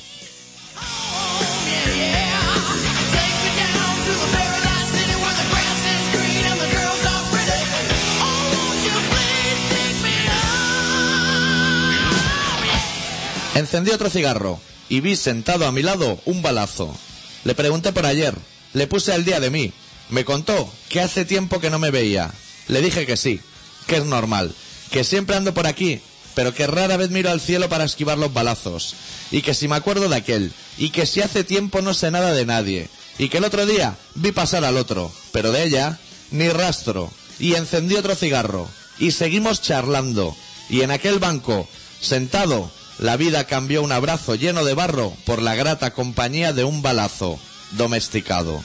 Speaker 1: Encendí otro cigarro y vi sentado a mi lado un balazo. Le pregunté por ayer, le puse al día de mí. Me contó que hace tiempo que no me veía. Le dije que sí, que es normal, que siempre ando por aquí, pero que rara vez miro al cielo para esquivar los balazos. Y que si me acuerdo de aquel, y que si hace tiempo no sé nada de nadie. Y que el otro día vi pasar al otro, pero de ella ni rastro. Y encendí otro cigarro. Y seguimos charlando. Y en aquel banco, sentado, la vida cambió un abrazo lleno de barro por la grata compañía de un balazo domesticado.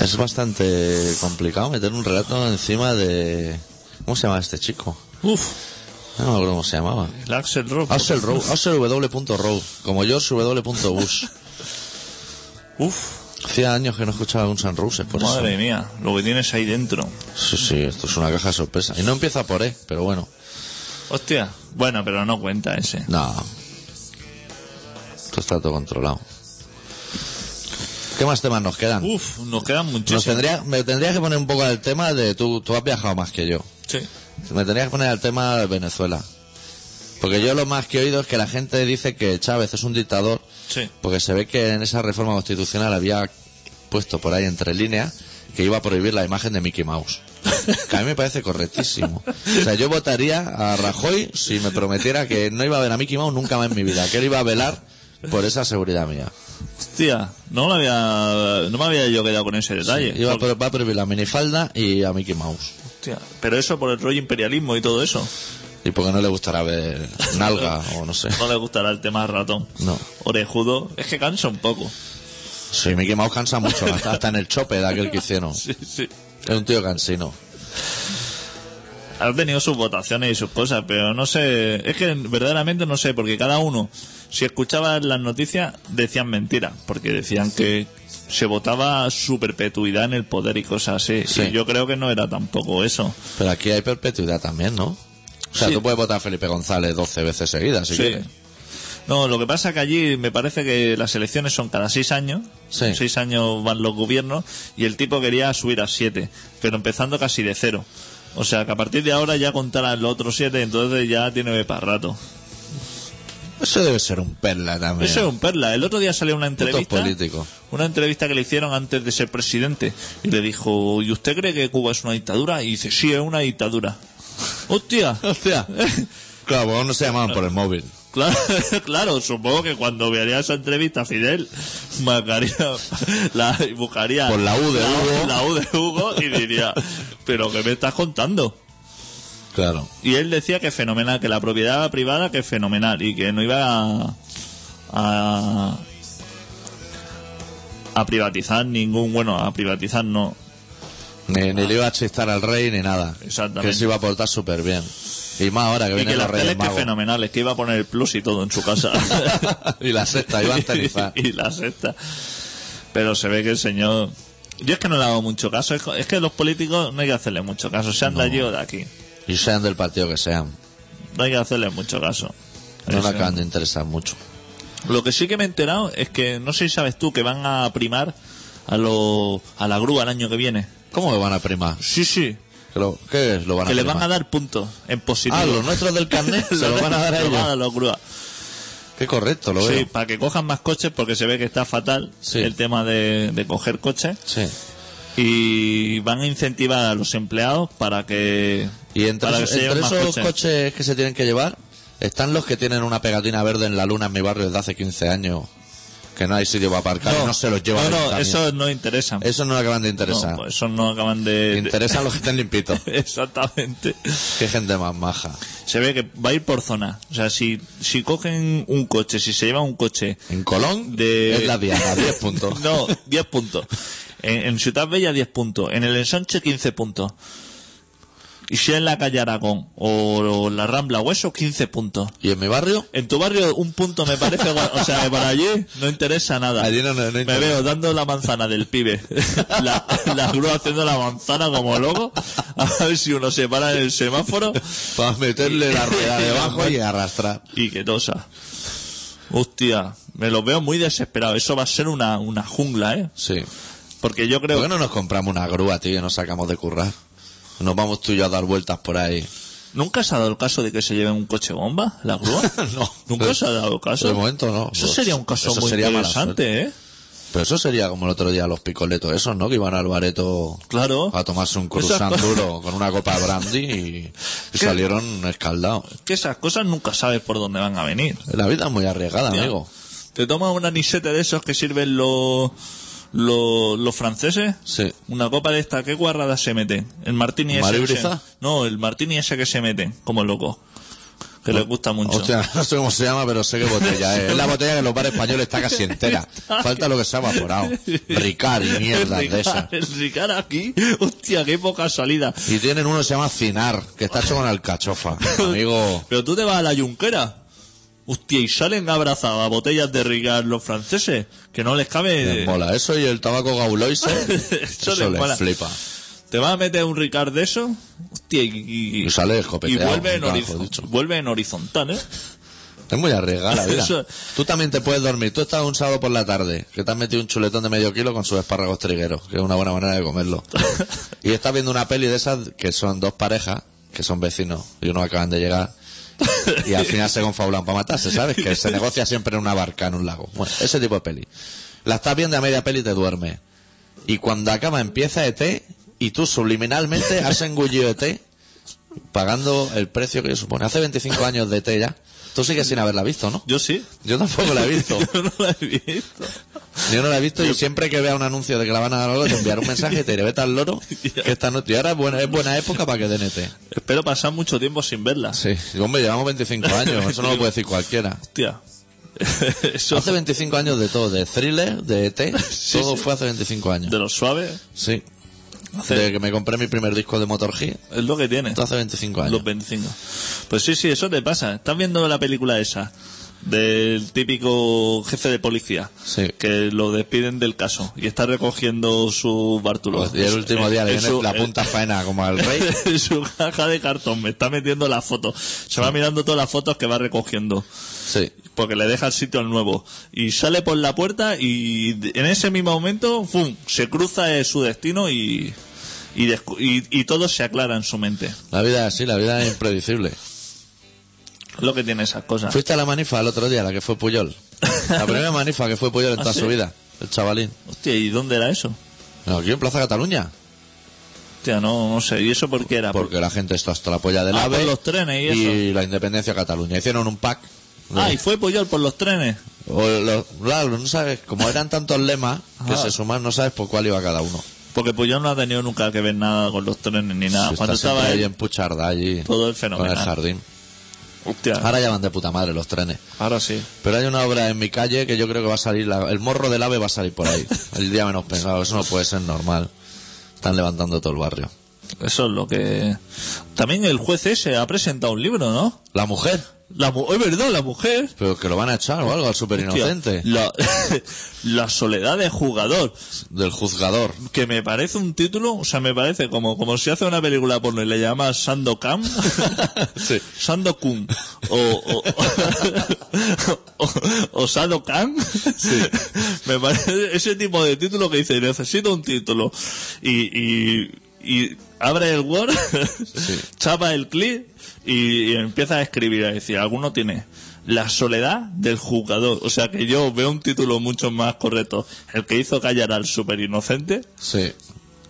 Speaker 1: Es bastante complicado meter un relato encima de... ¿Cómo se llama este chico?
Speaker 2: Uf,
Speaker 1: No me acuerdo cómo se llamaba.
Speaker 2: el Axel Rock.
Speaker 1: Axel Rowe, Axel W.Rowe, como George W.Bush.
Speaker 2: Uf,
Speaker 1: Hacía años que no escuchaba un San Roses, por
Speaker 2: madre mía, lo que tienes ahí dentro.
Speaker 1: eso. Sí, sí, esto es una caja de sorpresa. Y no empieza por E, pero bueno.
Speaker 2: Hostia. Bueno, pero no cuenta ese.
Speaker 1: No. Esto está todo controlado. ¿Qué más temas nos quedan?
Speaker 2: Uf, nos quedan
Speaker 1: Nos
Speaker 2: muchísimos.
Speaker 1: tendría, me tendrías que poner un poco al tema de tú, tú has viajado más que yo.
Speaker 2: Sí.
Speaker 1: Me tendrías que poner al tema de Venezuela. Porque yo lo más que he oído es que la gente dice que Chávez es un dictador.
Speaker 2: Sí.
Speaker 1: Porque se ve que en esa reforma constitucional había puesto por ahí entre líneas que iba a prohibir la imagen de Mickey Mouse. Que a mí me parece correctísimo. O sea, yo votaría a Rajoy si me prometiera que no iba a ver a Mickey Mouse nunca más en mi vida, que él iba a velar por esa seguridad mía.
Speaker 2: Hostia, no, lo había, no me había yo quedado con ese detalle.
Speaker 1: Iba a,
Speaker 2: Porque-
Speaker 1: pro- va a prohibir la minifalda y a Mickey Mouse.
Speaker 2: hostia, pero eso por el rollo imperialismo y todo eso.
Speaker 1: Y porque no le gustará ver nalga o no sé.
Speaker 2: No le gustará el tema ratón.
Speaker 1: No.
Speaker 2: Orejudo. Es que cansa un poco.
Speaker 1: Sí, Mickey Mouse cansa mucho, hasta, hasta en el chope de aquel que hicieron.
Speaker 2: Sí, sí.
Speaker 1: Es un tío cansino.
Speaker 2: Ha tenido sus votaciones y sus cosas, pero no sé. Es que verdaderamente no sé, porque cada uno si escuchabas las noticias, decían mentiras, porque decían que se votaba su perpetuidad en el poder y cosas así.
Speaker 1: Sí.
Speaker 2: Y yo creo que no era tampoco eso.
Speaker 1: Pero aquí hay perpetuidad también, ¿no? O sea,
Speaker 2: Sí.
Speaker 1: tú puedes votar a Felipe González 12 veces seguidas, si
Speaker 2: Sí.
Speaker 1: quieres.
Speaker 2: No, lo que pasa que allí me parece que las elecciones son cada seis años.
Speaker 1: Sí.
Speaker 2: Seis años van los gobiernos y el tipo quería subir a siete, pero empezando casi de cero. O sea que a partir de ahora ya contarán los otros siete, entonces ya tiene para rato.
Speaker 1: Eso debe ser un perla también.
Speaker 2: Eso es un perla. El otro día salió una entrevista.
Speaker 1: político.
Speaker 2: Una entrevista que le hicieron antes de ser presidente. Y le dijo, ¿y usted cree que Cuba es una dictadura? Y dice, sí, es una dictadura.
Speaker 1: [LAUGHS]
Speaker 2: ¡Hostia!
Speaker 1: Hostia. claro, porque no se llamaban por el móvil.
Speaker 2: Claro, [LAUGHS] claro, supongo que cuando vería esa entrevista Fidel marcaría la, buscaría
Speaker 1: Por la U de
Speaker 2: la,
Speaker 1: Hugo.
Speaker 2: la U de Hugo y diría, pero ¿qué me estás contando?
Speaker 1: Claro.
Speaker 2: Y él decía que fenomenal, que la propiedad privada que es fenomenal y que no iba a, a, a privatizar ningún, bueno, a privatizar no.
Speaker 1: Ni, ni le iba a chistar al rey ni nada.
Speaker 2: Exactamente.
Speaker 1: Que se iba a portar súper bien. Y más ahora que
Speaker 2: Y
Speaker 1: viene
Speaker 2: que
Speaker 1: los
Speaker 2: las
Speaker 1: reyes
Speaker 2: teles que
Speaker 1: magos.
Speaker 2: fenomenales, que iba a poner el plus y todo en su casa.
Speaker 1: y [LAUGHS] la sexta, iba a [LAUGHS] antenizar.
Speaker 2: [LAUGHS] y la sexta. Pero se ve que el señor. Yo es que no le hago mucho caso. Es, co- es que los políticos no hay que hacerle mucho caso. Sean de allí o de aquí.
Speaker 1: y sean del partido que sean.
Speaker 2: No hay que hacerle mucho caso.
Speaker 1: No
Speaker 2: Eso.
Speaker 1: le acaban de interesar mucho.
Speaker 2: Lo que sí que me he enterado es que no sé si sabes tú que van a primar a, lo, a la grúa el año que viene.
Speaker 1: ¿Cómo que van a primar?
Speaker 2: Sí, sí.
Speaker 1: Que lo- ¿Qué es? Lo van a
Speaker 2: Que le
Speaker 1: primar?
Speaker 2: van a dar puntos en positivo.
Speaker 1: Ah,
Speaker 2: [LAUGHS]
Speaker 1: los nuestros del carnet se lo van a dar a
Speaker 2: Lo van
Speaker 1: ellos.
Speaker 2: los grúas.
Speaker 1: Qué correcto, lo
Speaker 2: Sí,
Speaker 1: veo.
Speaker 2: para que cojan más coches porque se ve que está fatal
Speaker 1: Sí.
Speaker 2: el tema de, de coger coches.
Speaker 1: Sí.
Speaker 2: y van a incentivar a los empleados para que
Speaker 1: Y entre,
Speaker 2: para que
Speaker 1: esos-
Speaker 2: se lleven
Speaker 1: entre
Speaker 2: más
Speaker 1: esos
Speaker 2: coches.
Speaker 1: coches. que se tienen que llevar están los que tienen una pegatina verde en la luna en mi barrio desde hace 15 años, que no hay sitio para aparcar y no se los lleva
Speaker 2: no,
Speaker 1: el
Speaker 2: no,
Speaker 1: ayuntamiento.
Speaker 2: eso no interesan
Speaker 1: Eso no le acaban de interesar.
Speaker 2: no, pues eso no acaban de, de-
Speaker 1: Interesan los que estén limpitos.
Speaker 2: [LAUGHS] exactamente
Speaker 1: Qué gente más maja.
Speaker 2: se ve que va a ir por zona o sea si si cogen un coche si se lleva un coche
Speaker 1: En Colón
Speaker 2: De-
Speaker 1: es la diana, 10
Speaker 2: [LAUGHS]
Speaker 1: puntos. [LAUGHS]
Speaker 2: no 10 puntos en, en Ciudad Bella 10 puntos en el ensanche 15 puntos y si es en la calle Aragón o, o la Rambla o eso 15 puntos
Speaker 1: Y en mi barrio,
Speaker 2: En tu barrio un punto me
Speaker 1: [LAUGHS]
Speaker 2: parece, guay. o sea, que para allí no interesa nada.
Speaker 1: Allí no- no- no
Speaker 2: Ah. me
Speaker 1: interesa.
Speaker 2: veo dando la manzana del pibe, [LAUGHS] la, la grúa haciendo la manzana como loco, a ver si uno se para en el semáforo
Speaker 1: para meterle
Speaker 2: [LAUGHS]
Speaker 1: la rueda debajo y arrastrar.
Speaker 2: y que tosa. Hostia, me lo veo muy desesperado. Eso va a ser una, una jungla, ¿eh?
Speaker 1: Sí.
Speaker 2: Porque yo creo
Speaker 1: ¿Por qué no nos compramos una grúa, tío, y nos sacamos de currar? Nos vamos tú y yo a dar vueltas
Speaker 2: [LAUGHS]
Speaker 1: por ahí.
Speaker 2: ¿Nunca se ha dado el caso de que se lleven un coche bomba, la
Speaker 1: [LAUGHS]
Speaker 2: grúa?
Speaker 1: No.
Speaker 2: Nunca se ha dado caso.
Speaker 1: Pues, De momento no. Pues,
Speaker 2: Eso sería un caso
Speaker 1: Eso
Speaker 2: muy
Speaker 1: sería mala
Speaker 2: interesante, ¿eh?
Speaker 1: Pero eso sería como el otro día los picoletos esos, ¿no? Que iban al bareto
Speaker 2: Claro.
Speaker 1: a tomarse un
Speaker 2: Esas
Speaker 1: cruzán
Speaker 2: cosas-
Speaker 1: duro con una copa de
Speaker 2: [LAUGHS]
Speaker 1: brandy y, y salieron escaldados.
Speaker 2: Que esas cosas nunca sabes por dónde van a venir.
Speaker 1: La vida es muy arriesgada, amigo.
Speaker 2: ¿Te tomas un anisete de esos que sirven los los- los franceses?
Speaker 1: Sí.
Speaker 2: Una copa de esta, ¿qué guarrada se meten? El martini ese.
Speaker 1: ¿Mario
Speaker 2: que se-
Speaker 1: Brizá?
Speaker 2: no, el martini ese que se meten, como loco. Que les gusta mucho.
Speaker 1: Hostia, [LAUGHS] no sé cómo se llama, pero sé qué botella es. Es la botella que en los bares españoles está
Speaker 2: [LAUGHS]
Speaker 1: casi entera. Falta lo que se ha evaporado. Ricard y mierda
Speaker 2: el
Speaker 1: de
Speaker 2: Ricard, [LAUGHS]
Speaker 1: esas.
Speaker 2: el Ricard aquí, hostia, qué poca salida.
Speaker 1: Y tienen uno que se llama Cinar, que está hecho con alcachofa.
Speaker 2: [LAUGHS]
Speaker 1: Amigo,
Speaker 2: Pero tú te vas a la yunquera. Hostia, y salen abrazados a botellas de Ricard los franceses, que no les cabe.
Speaker 1: les mola eso y el tabaco gauloise.
Speaker 2: [LAUGHS] Eso
Speaker 1: Eso,
Speaker 2: les
Speaker 1: les
Speaker 2: mola.
Speaker 1: flipa.
Speaker 2: ¿Te vas a meter un Ricard de eso? Hostia, y, y-
Speaker 1: Y sale
Speaker 2: y
Speaker 1: escopeteado.
Speaker 2: vuelve, en
Speaker 1: nunca
Speaker 2: horizo-
Speaker 1: mejor dicho.
Speaker 2: vuelve en horizontal, ¿eh?
Speaker 1: Es muy arriesgada la vida.
Speaker 2: Eso-
Speaker 1: Tú también te puedes dormir. Tú estás un sábado por la tarde, que te has metido un chuletón de medio kilo con sus espárragos trigueros, que es una buena manera
Speaker 2: [LAUGHS]
Speaker 1: de comerlo. y estás viendo una peli de esas que son dos parejas, que son vecinos, y uno acaban de llegar. Y al final se confabulan para matarse, ¿sabes?
Speaker 2: [LAUGHS]
Speaker 1: Que se negocia siempre en una barca, en un lago. Bueno, ese tipo de peli. La estás viendo a media peli y te duermes. Y cuando acaba empieza ET y tú subliminalmente has engullido ET pagando el precio que supone. Hace 25 años de ET ya. Tú sigues sin haberla visto, ¿no?
Speaker 2: Yo sí. [LAUGHS]
Speaker 1: Yo tampoco la he visto.
Speaker 2: Yo no la he visto.
Speaker 1: Yo no la he visto y siempre que vea un anuncio de que la van a dar algo te enviaré un mensaje y te diré, vete al loro, que esta noche... Y ahora es buena, es buena época para que den ET.
Speaker 2: Espero pasar mucho tiempo sin verla.
Speaker 1: Sí. Hombre, llevamos 25 años, eso no lo puede decir cualquiera.
Speaker 2: Hostia. [LAUGHS] Eso
Speaker 1: Hace 25 años de todo, de thriller, de ET,
Speaker 2: Sí,
Speaker 1: todo
Speaker 2: sí.
Speaker 1: fue hace 25 años.
Speaker 2: de los suaves
Speaker 1: Sí.
Speaker 2: Hace-
Speaker 1: De que me compré mi primer disco de Motorhead,
Speaker 2: es lo que tiene.
Speaker 1: esto hace 25 años.
Speaker 2: Los 25. Pues sí, sí, eso te pasa. Estás viendo la película esa. del típico jefe de policía
Speaker 1: Sí.
Speaker 2: que lo despiden del caso y está recogiendo su bártulo.
Speaker 1: Pues, Y el último día le
Speaker 2: En
Speaker 1: viene
Speaker 2: su-
Speaker 1: la punta faena como al rey.
Speaker 2: [LAUGHS] en su caja de cartón, me está metiendo las fotos. Se va mirando todas las fotos que va recogiendo,
Speaker 1: Sí.
Speaker 2: porque le deja el sitio al nuevo. Y sale por la puerta y de- en ese mismo momento, ¡fum!, se cruza eh, su destino y, y, descu- y, y todo se aclara en su mente.
Speaker 1: La vida, sí, la vida es impredecible.
Speaker 2: Lo que tiene esas cosas.
Speaker 1: Fuiste a la manifa el otro día, la que fue Puyol. La primera manifa que fue Puyol en
Speaker 2: ¿Ah,
Speaker 1: toda
Speaker 2: sí?
Speaker 1: su vida. El chavalín.
Speaker 2: Hostia, ¿y dónde era eso?
Speaker 1: No, aquí en Plaza Cataluña.
Speaker 2: Hostia, no, no sé. ¿Y eso por qué era?
Speaker 1: Porque la gente está hasta la polla del
Speaker 2: pues- Ah,
Speaker 1: AVE.
Speaker 2: por los trenes y
Speaker 1: la independencia de Cataluña. Hicieron un pack.
Speaker 2: Ah, y fue Puyol por los trenes.
Speaker 1: O lo- claro, no sabes, como eran tantos lemas que
Speaker 2: Ah.
Speaker 1: se suman, no sabes por cuál iba cada uno.
Speaker 2: Porque Puyol no ha tenido nunca que ver nada con los trenes ni nada.
Speaker 1: Si
Speaker 2: Cuando
Speaker 1: está siempre
Speaker 2: estaba
Speaker 1: ahí
Speaker 2: él,
Speaker 1: en Puchardá, allí,
Speaker 2: todo el
Speaker 1: con
Speaker 2: fenómeno.
Speaker 1: el jardín.
Speaker 2: Hostia, ahora,
Speaker 1: Ahora ya van de puta madre los trenes.
Speaker 2: sí.
Speaker 1: Pero hay una obra en mi calle que yo creo que va a salir, la- el morro del ave va a salir por
Speaker 2: [LAUGHS]
Speaker 1: ahí. El día menos pensado, eso no puede ser normal. Están levantando todo el barrio.
Speaker 2: Eso es lo que... También el juez ese ha presentado un libro, ¿no?
Speaker 1: La mujer,
Speaker 2: La mu- Es verdad, la mujer.
Speaker 1: pero que lo van a echar o algo al super inocente.
Speaker 2: Hostia, La, [LAUGHS] la soledad de jugador.
Speaker 1: Del juzgador.
Speaker 2: Que me parece un título, o sea, me parece como, como si hace una película porno y le llama Sandokan.
Speaker 1: Sí.
Speaker 2: Sandokan. O, o, o, o Sandokan. [LAUGHS] Me parece ese tipo de título que dice, necesito un título. Y, y, y abre el Word, chapa el clip y, y empieza a escribir. A decir, alguno tiene. La soledad del jugador. O sea que yo veo un título mucho más correcto. El que hizo callar al super inocente.
Speaker 1: Sí.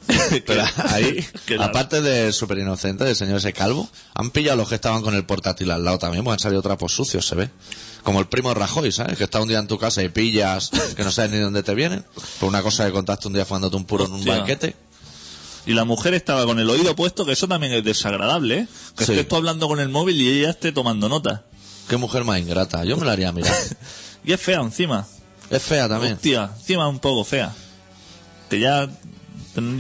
Speaker 1: [LAUGHS] Pero
Speaker 2: [LAUGHS]
Speaker 1: ahí,
Speaker 2: Que la-
Speaker 1: aparte del super inocente, del señor ese calvo, han pillado a los que estaban con el portátil al lado también, pues han salido trapos sucios, se ve. Como el primo Rajoy, ¿sabes? Que está un día en tu casa y pillas, que no sabes ni dónde te vienen. Por una cosa que contaste un día fumándote un puro en un
Speaker 2: Hostia.
Speaker 1: banquete.
Speaker 2: Y la mujer estaba con el oído puesto, que eso también es desagradable, ¿eh? Que
Speaker 1: Sí.
Speaker 2: estés tú hablando con el móvil y ella esté tomando nota.
Speaker 1: Qué mujer más ingrata, yo me la haría [LAUGHS] mirar.
Speaker 2: Y es fea encima.
Speaker 1: Es fea también.
Speaker 2: Hostia, encima un poco fea. Que ya,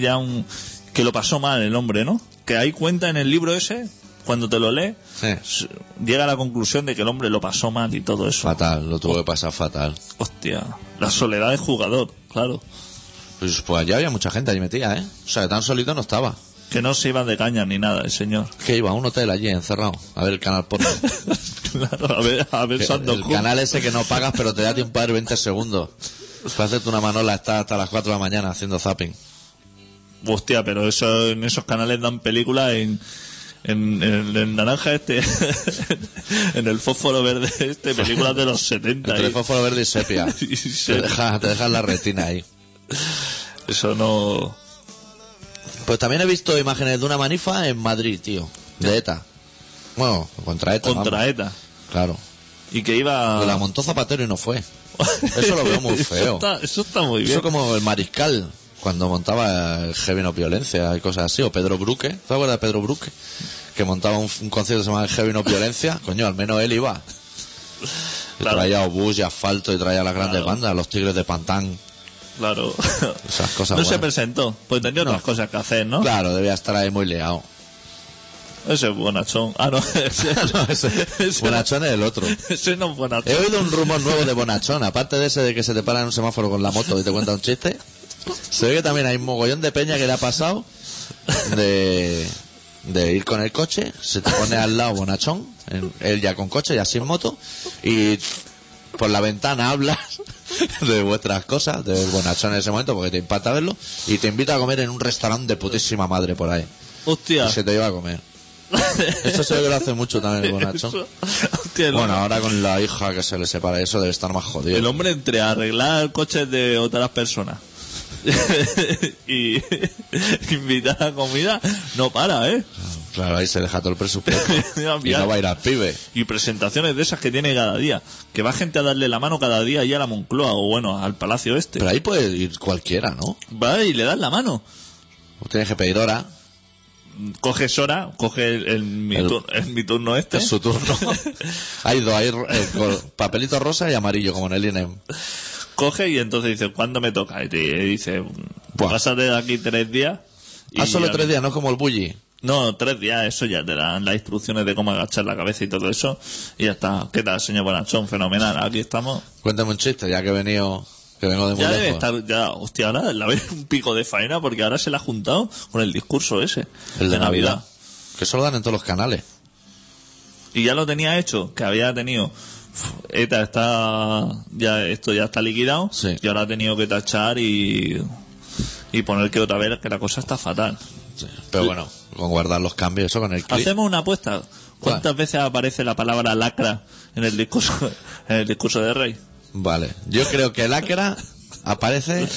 Speaker 2: ya un, que lo pasó mal el hombre, ¿no? Que ahí cuenta en el libro ese, cuando te lo lees,
Speaker 1: Sí.
Speaker 2: s- llega a la conclusión de que el hombre lo pasó mal y todo eso.
Speaker 1: Fatal, lo tuvo que pasar fatal.
Speaker 2: Hostia, la soledad del jugador, claro.
Speaker 1: Pues, pues allá había mucha gente allí metida, ¿eh? O sea, que tan solito no estaba.
Speaker 2: Que no se iba de caña ni nada el señor. [LAUGHS]
Speaker 1: Que iba a un hotel allí encerrado, a ver [LAUGHS] el canal porno.
Speaker 2: claro, a ver, a ver,
Speaker 1: Que-
Speaker 2: Sandoz
Speaker 1: el
Speaker 2: Kun.
Speaker 1: canal ese que no pagas pero te da tiempo a ver 20 [LAUGHS] segundos. Para hacerte una manola está hasta las 4 de la mañana haciendo zapping.
Speaker 2: Hostia, pero eso, en esos canales dan películas en, en, en- en naranja este, [LAUGHS] en el fósforo verde este, películas de los 70.
Speaker 1: Entre
Speaker 2: y-
Speaker 1: el fósforo verde y sepia. [LAUGHS]
Speaker 2: Y
Speaker 1: te,
Speaker 2: se-
Speaker 1: dejas, te dejas la retina ahí.
Speaker 2: Eso no...
Speaker 1: Pues también he visto imágenes de una manifa en Madrid, tío. De ETA. Bueno, contra E ETA. vamos.
Speaker 2: Contra ETA.
Speaker 1: Claro.
Speaker 2: Y que iba...
Speaker 1: Pero la montó Zapatero y no fue. Eso lo veo
Speaker 2: [LAUGHS]
Speaker 1: muy
Speaker 2: Eso
Speaker 1: feo.
Speaker 2: está- Eso está muy bien.
Speaker 1: Eso como el mariscal, cuando montaba el Heavy No Violencia y cosas así, o Pedro Bruque, ¿te acuerdas de Pedro Bruque? Que montaba un, un concierto que se llamaba el Heavy No
Speaker 2: [LAUGHS]
Speaker 1: Violencia, coño, al menos él iba. Y
Speaker 2: Claro.
Speaker 1: traía obús y asfalto y traía las grandes
Speaker 2: Claro.
Speaker 1: bandas, los tigres de Pantán, [LAUGHS]
Speaker 2: Claro.
Speaker 1: esas cosas
Speaker 2: [LAUGHS] no se
Speaker 1: buenas.
Speaker 2: presentó, pues tenía otras
Speaker 1: No.
Speaker 2: cosas que hacer, ¿no?
Speaker 1: Claro, debía estar ahí muy
Speaker 2: [LAUGHS]
Speaker 1: leado.
Speaker 2: Ese es bonachón. Ah, no, [LAUGHS] ese,
Speaker 1: No, [LAUGHS] ese-
Speaker 2: ese-
Speaker 1: Bonachón es el otro.
Speaker 2: ese no es
Speaker 1: He
Speaker 2: bonachón.
Speaker 1: oído un rumor nuevo de Bonachón, aparte de ese de que se te para en un semáforo con la moto y te cuenta un chiste. Se ve que también hay un mogollón de peña que le ha pasado de, de ir con el coche, se te pone al lado Bonachón, en- él ya con coche, ya sin moto, y por la ventana hablas [LAUGHS] de vuestras cosas, de Bonachón en ese momento, porque te impacta verlo, y te invita a comer en un restaurante de putísima madre por ahí,
Speaker 2: Hostia. [LAUGHS]
Speaker 1: y se te lleva a comer. Eso se ve que lo hace mucho también el Bonachón.
Speaker 2: Eso- Hostia, el-
Speaker 1: Bueno, ahora con la hija que se le separa, eso debe estar más
Speaker 2: El
Speaker 1: jodido.
Speaker 2: hombre entre arreglar coches de otras personas [LAUGHS] y [LAUGHS] invitar a comida no para, ¿eh? [LAUGHS]
Speaker 1: Claro, ahí se deja todo el presupuesto. y
Speaker 2: Mira.
Speaker 1: no va a ir al pibe.
Speaker 2: Y presentaciones de esas que tiene cada día. Que va gente a darle la mano cada día y a la Moncloa o bueno, al Palacio Este.
Speaker 1: Pero ahí puede ir cualquiera, ¿no?
Speaker 2: Va y le das la mano.
Speaker 1: Tienes que pedir hora,
Speaker 2: Coges hora, coge el, el mi,
Speaker 1: El-
Speaker 2: tur- el mi turno este.
Speaker 1: es su turno. [LAUGHS] hay dos, hay ro- eh, col- papelito rosa y amarillo, como en el E INEM.
Speaker 2: Coge y entonces dice, ¿cuándo me toca? Y te dice,
Speaker 1: Buah.
Speaker 2: pásate de aquí tres días. y
Speaker 1: Ah, solo
Speaker 2: ya-
Speaker 1: tres días, no es como el bully.
Speaker 2: No, tres días, eso ya te dan las instrucciones de cómo agachar la cabeza y todo eso. Y ya está. ¿Qué tal, señor Bonachón? Fenomenal, aquí estamos.
Speaker 1: Cuéntame un chiste, ya que he venido, que vengo de muy
Speaker 2: Ya debe
Speaker 1: lejos.
Speaker 2: estar, ya, hostia, ahora la vez un pico de faena porque ahora se la ha juntado con el discurso ese.
Speaker 1: El de Navidad. Que eso lo dan en todos los canales.
Speaker 2: Y ya lo tenía hecho, que había tenido. uf, ETA está. Ya, esto ya está liquidado.
Speaker 1: Sí.
Speaker 2: Y ahora ha tenido que tachar y. Y poner que otra vez que la cosa está fatal.
Speaker 1: Pero bueno, con guardar los cambios, eso con el clip.
Speaker 2: Hacemos una apuesta. ¿Cuántas veces aparece la palabra lacra en el discurso, en el discurso de Rey?
Speaker 1: Vale. Yo creo que el áquera aparece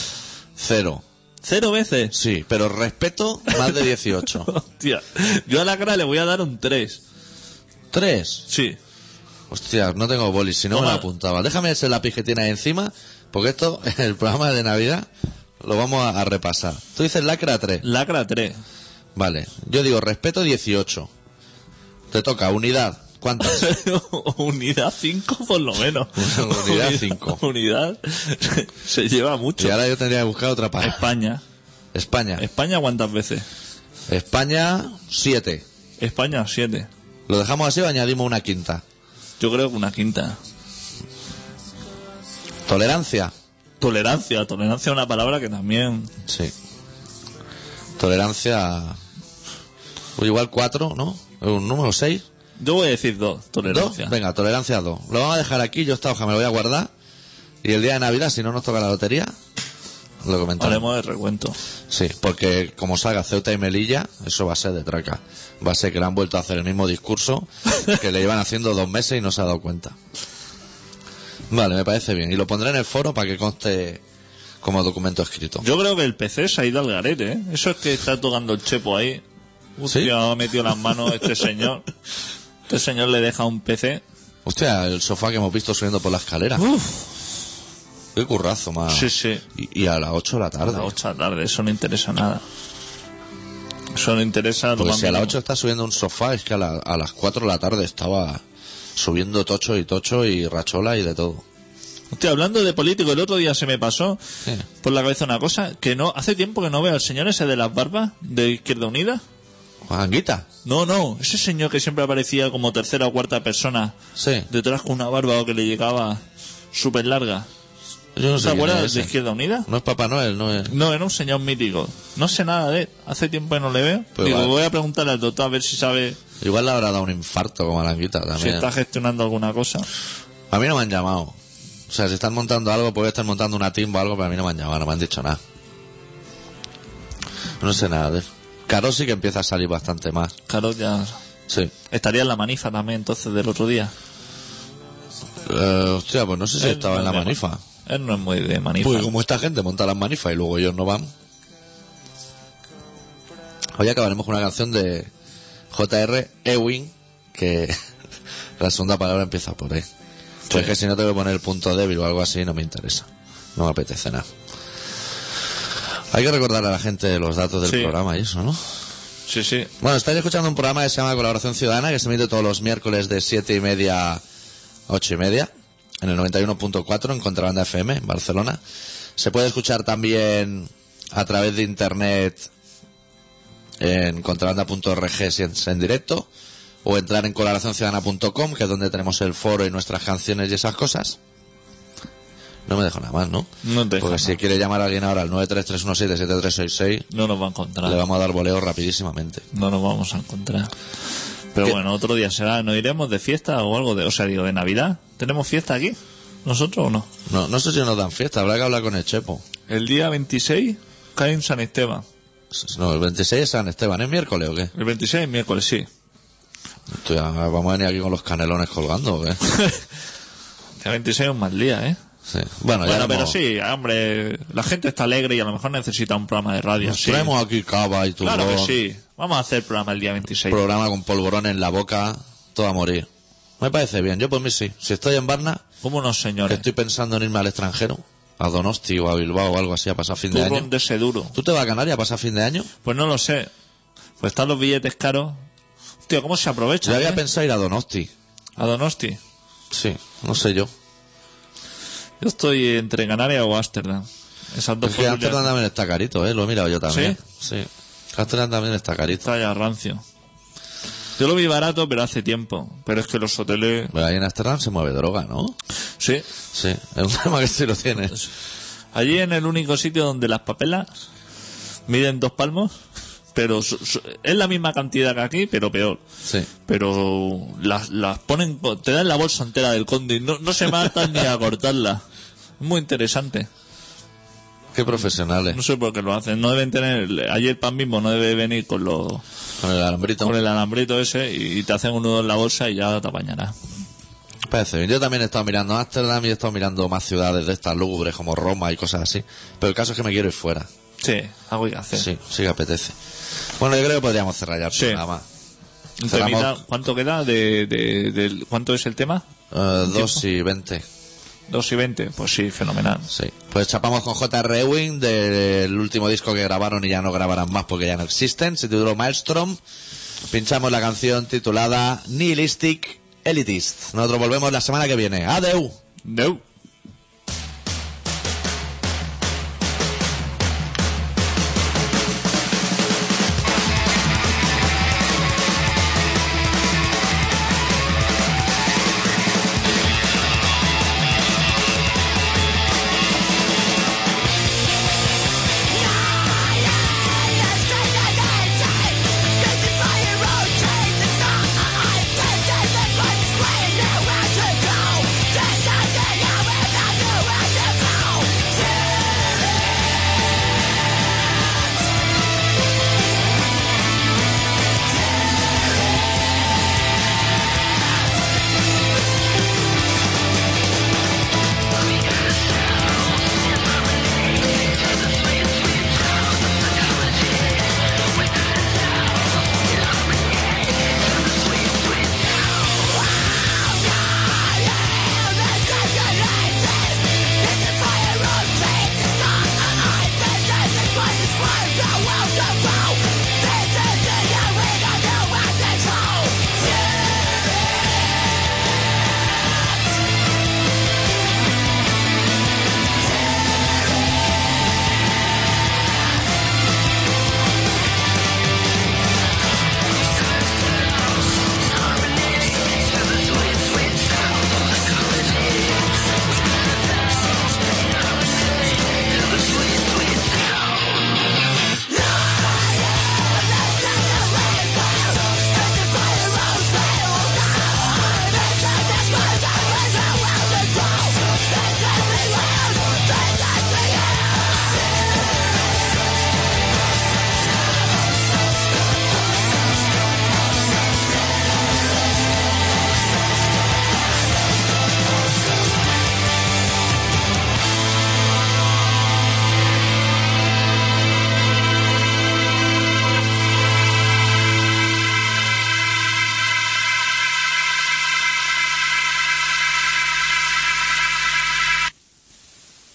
Speaker 1: cero.
Speaker 2: Cero veces. [LAUGHS]
Speaker 1: Sí, pero respeto más de 18.
Speaker 2: Hostia. Yo a lacra le voy a dar un 3.
Speaker 1: Tres.
Speaker 2: Sí.
Speaker 1: Hostia, no tengo bolis, si no me
Speaker 2: Toma.
Speaker 1: lo apuntaba. Déjame ese lápiz que tiene ahí encima, porque esto, [LAUGHS] en el programa de Navidad, lo vamos a, a repasar. Tú dices lacra 3.
Speaker 2: Lacra 3.
Speaker 1: Vale. Yo digo respeto 18. Te toca, unidad.
Speaker 2: [LAUGHS]
Speaker 1: ¿Cuántas?
Speaker 2: [LAUGHS] Unidad 5 por lo menos.
Speaker 1: [LAUGHS] Unidad cinco.
Speaker 2: Unidad se lleva mucho.
Speaker 1: Y ahora yo tendría que buscar otra para
Speaker 2: España.
Speaker 1: España.
Speaker 2: España cuántas veces?
Speaker 1: España 7.
Speaker 2: España 7.
Speaker 1: ¿Lo dejamos así o añadimos una quinta?
Speaker 2: Yo creo que una quinta.
Speaker 1: Tolerancia.
Speaker 2: Tolerancia. Tolerancia es una palabra que también...
Speaker 1: Sí. Tolerancia. o igual 4, ¿no? Un número 6.
Speaker 2: Yo voy a decir dos.
Speaker 1: ¿Dos?
Speaker 2: Tolerancia.
Speaker 1: Venga, tolerancia 2. Lo vamos a dejar aquí, yo esta hoja me la voy a guardar. Y el día de Navidad, si no nos toca la lotería, lo comentamos.
Speaker 2: Haremos el recuento.
Speaker 1: Sí, porque como salga Ceuta y Melilla, eso va a ser de traca. Va a ser que le han vuelto a hacer el
Speaker 2: [LAUGHS]
Speaker 1: mismo discurso que le iban haciendo dos meses y no se ha dado cuenta. Vale, me parece bien. Y lo pondré en el foro para que conste como documento escrito.
Speaker 2: Yo creo que el PC se ha ido al garete, ¿eh? Eso es que está tocando el chepo ahí. Hostia,
Speaker 1: ¿Sí?
Speaker 2: ha metido las manos este señor. Este señor le deja un PC.
Speaker 1: Hostia, el sofá que hemos visto subiendo por la escalera.
Speaker 2: Uf,
Speaker 1: Qué currazo, más.
Speaker 2: sí, sí.
Speaker 1: Y, y a las 8 de la tarde.
Speaker 2: A las 8 de la tarde, eso no interesa nada. Eso no interesa. lo
Speaker 1: Porque
Speaker 2: más
Speaker 1: si a las
Speaker 2: mínimo.
Speaker 1: 8 está subiendo un sofá, es que a, la- a las 4 de la tarde estaba subiendo tocho y tocho y rachola y de todo.
Speaker 2: Hostia, hablando de político, el otro día se me pasó
Speaker 1: Sí.
Speaker 2: por la cabeza una cosa, que no, hace tiempo que no veo al señor ese de las barbas de Izquierda Unida.
Speaker 1: Juanguita.
Speaker 2: No, no, ese señor que siempre aparecía como tercera o cuarta persona
Speaker 1: Sí.
Speaker 2: detrás con una barba o que le llegaba súper larga.
Speaker 1: Yo no sé
Speaker 2: ¿Te
Speaker 1: quién
Speaker 2: acuerdas
Speaker 1: es
Speaker 2: de
Speaker 1: ese.
Speaker 2: Izquierda Unida?
Speaker 1: No es Papá Noel, no es.
Speaker 2: No, era un señor mítico. No sé nada de él. Hace tiempo que no le veo.
Speaker 1: Pues
Speaker 2: Digo,
Speaker 1: vale.
Speaker 2: voy a preguntarle al doctor a ver si sabe
Speaker 1: Igual le habrá dado un infarto como a Languita
Speaker 2: si
Speaker 1: también.
Speaker 2: está gestionando alguna cosa.
Speaker 1: A mí no me han llamado. O sea, si están montando algo, puede estar montando una timba o algo, pero a mí no me han llamado, no me han dicho nada. No sé nada de eso. Caro sí que empieza a salir bastante más.
Speaker 2: Claro, ya.
Speaker 1: Sí.
Speaker 2: Estaría en la manifa también entonces del otro día.
Speaker 1: Eh, hostia, pues no sé si
Speaker 2: Él
Speaker 1: estaba
Speaker 2: no
Speaker 1: en la
Speaker 2: es de-
Speaker 1: manifa.
Speaker 2: Él no es muy de manifa.
Speaker 1: Pues como esta gente monta las manifas y luego ellos no van. Hoy acabaremos con una canción de J.R. Ewing, que [LAUGHS] la segunda palabra empieza por E. Pues es que si no te voy a poner el punto débil o algo así, no me interesa. No me apetece nada. Hay que recordar a la gente los datos del
Speaker 2: Sí.
Speaker 1: programa y eso, ¿no?
Speaker 2: Sí, sí.
Speaker 1: Bueno, estáis escuchando un programa que se llama Colaboración Ciudadana, que se emite todos los miércoles de 7 y media a 8 y media, en el 91.4 en Contrabanda FM, en Barcelona. Se puede escuchar también a través de internet en contrabanda.org si es en directo, o entrar en colaboracionciudadana.com, que es donde tenemos el foro y nuestras canciones y esas cosas. No me dejo nada más, ¿no?
Speaker 2: No te dejo
Speaker 1: Porque
Speaker 2: nada.
Speaker 1: si quiere llamar a alguien ahora al 933177366,
Speaker 2: No nos va a encontrar.
Speaker 1: le vamos a dar voleo rapidísimamente.
Speaker 2: No nos vamos a encontrar. Pero
Speaker 1: ¿Qué?
Speaker 2: bueno, otro día será. ¿Nos iremos de fiesta o algo de. O sea, digo, de Navidad? ¿Tenemos fiesta aquí? ¿Nosotros o no?
Speaker 1: No, no sé si nos dan fiesta, habrá que hablar con el Chepo.
Speaker 2: El día 26 cae en San Esteban.
Speaker 1: No, el 26 es San Esteban, ¿es miércoles o qué?
Speaker 2: El 26 es miércoles, sí.
Speaker 1: Tú ya, vamos a venir aquí con los canelones colgando o qué. [LAUGHS]
Speaker 2: El 26 es un mal día, ¿eh?
Speaker 1: Sí. Bueno, ya
Speaker 2: Bueno, pero
Speaker 1: hemos-
Speaker 2: sí, hombre, la gente está alegre y a lo mejor necesita un programa de radio.
Speaker 1: Nos
Speaker 2: sí.
Speaker 1: traemos aquí cava y turrón,
Speaker 2: Claro que sí. Vamos a hacer programa el día 26.
Speaker 1: programa con polvorón en la boca, todo a morir. Me parece bien, yo por mí sí. Si estoy en Barna,
Speaker 2: Como unos
Speaker 1: que
Speaker 2: señores.
Speaker 1: estoy pensando en irme al extranjero, a Donosti o a Bilbao o algo así a pasar fin de
Speaker 2: Turrón
Speaker 1: año.
Speaker 2: de ese duro.
Speaker 1: ¿Tú te vas a Canarias a pasar fin de año?
Speaker 2: Pues no lo sé. Pues están los billetes caros. Tío, ¿cómo se
Speaker 1: Yo
Speaker 2: aprovecha?
Speaker 1: había
Speaker 2: eh?
Speaker 1: pensado ir a Donosti.
Speaker 2: A Donosti.
Speaker 1: Sí, no sé yo.
Speaker 2: Yo estoy entre Canarias o Ámsterdam. Esas dos
Speaker 1: Es que
Speaker 2: posibilidades.
Speaker 1: Amsterdam también está carito, ¿eh? Lo he mirado yo también. ¿Sí? Castellan también está carito.
Speaker 2: Está ya rancio. Yo lo vi barato, pero hace tiempo. Pero es que los hoteles.
Speaker 1: Pero ahí en Amsterdam se mueve droga, ¿no?
Speaker 2: Sí.
Speaker 1: Sí, es un [LAUGHS] tema que sí lo tienes.
Speaker 2: Allí en el único sitio donde las papelas miden dos palmos, pero su- su- es la misma cantidad que aquí, pero peor.
Speaker 1: Sí.
Speaker 2: Pero las, las ponen, co- te dan la bolsa entera del conde y no, no se matan ni a cortarla. Es muy interesante.
Speaker 1: Qué profesionales.
Speaker 2: No sé por qué lo hacen. No deben tener, allí el pan mismo no debe venir con los,
Speaker 1: Con el alambrito.
Speaker 2: con el alambrito ese y, y te hacen un nudo en la bolsa y ya te apañarás.
Speaker 1: Parece bien. Yo también he estado mirando Amsterdam y he estado mirando más ciudades de estas lúgubres como Roma y cosas así. Pero el caso es que me quiero ir fuera.
Speaker 2: Sí, algo hay que hacer.
Speaker 1: Sí, sí que apetece. Bueno, yo creo que podríamos cerrar ya el
Speaker 2: Sí.
Speaker 1: programa.
Speaker 2: Entre
Speaker 1: Cerramos.
Speaker 2: mitad, ¿Cuánto queda de, de- del- cuánto es el tema?
Speaker 1: Eh, dos y veinte.
Speaker 2: 2 y 20. Pues sí, fenomenal.
Speaker 1: Sí. Pues chapamos con J.R. Ewing del último disco que grabaron y ya no grabarán más porque ya no existen. Se tituló Maelstrom. Pinchamos la canción titulada Nihilistic Elitist. Nosotros volvemos la semana que viene. ¡Adeu!
Speaker 2: Deu.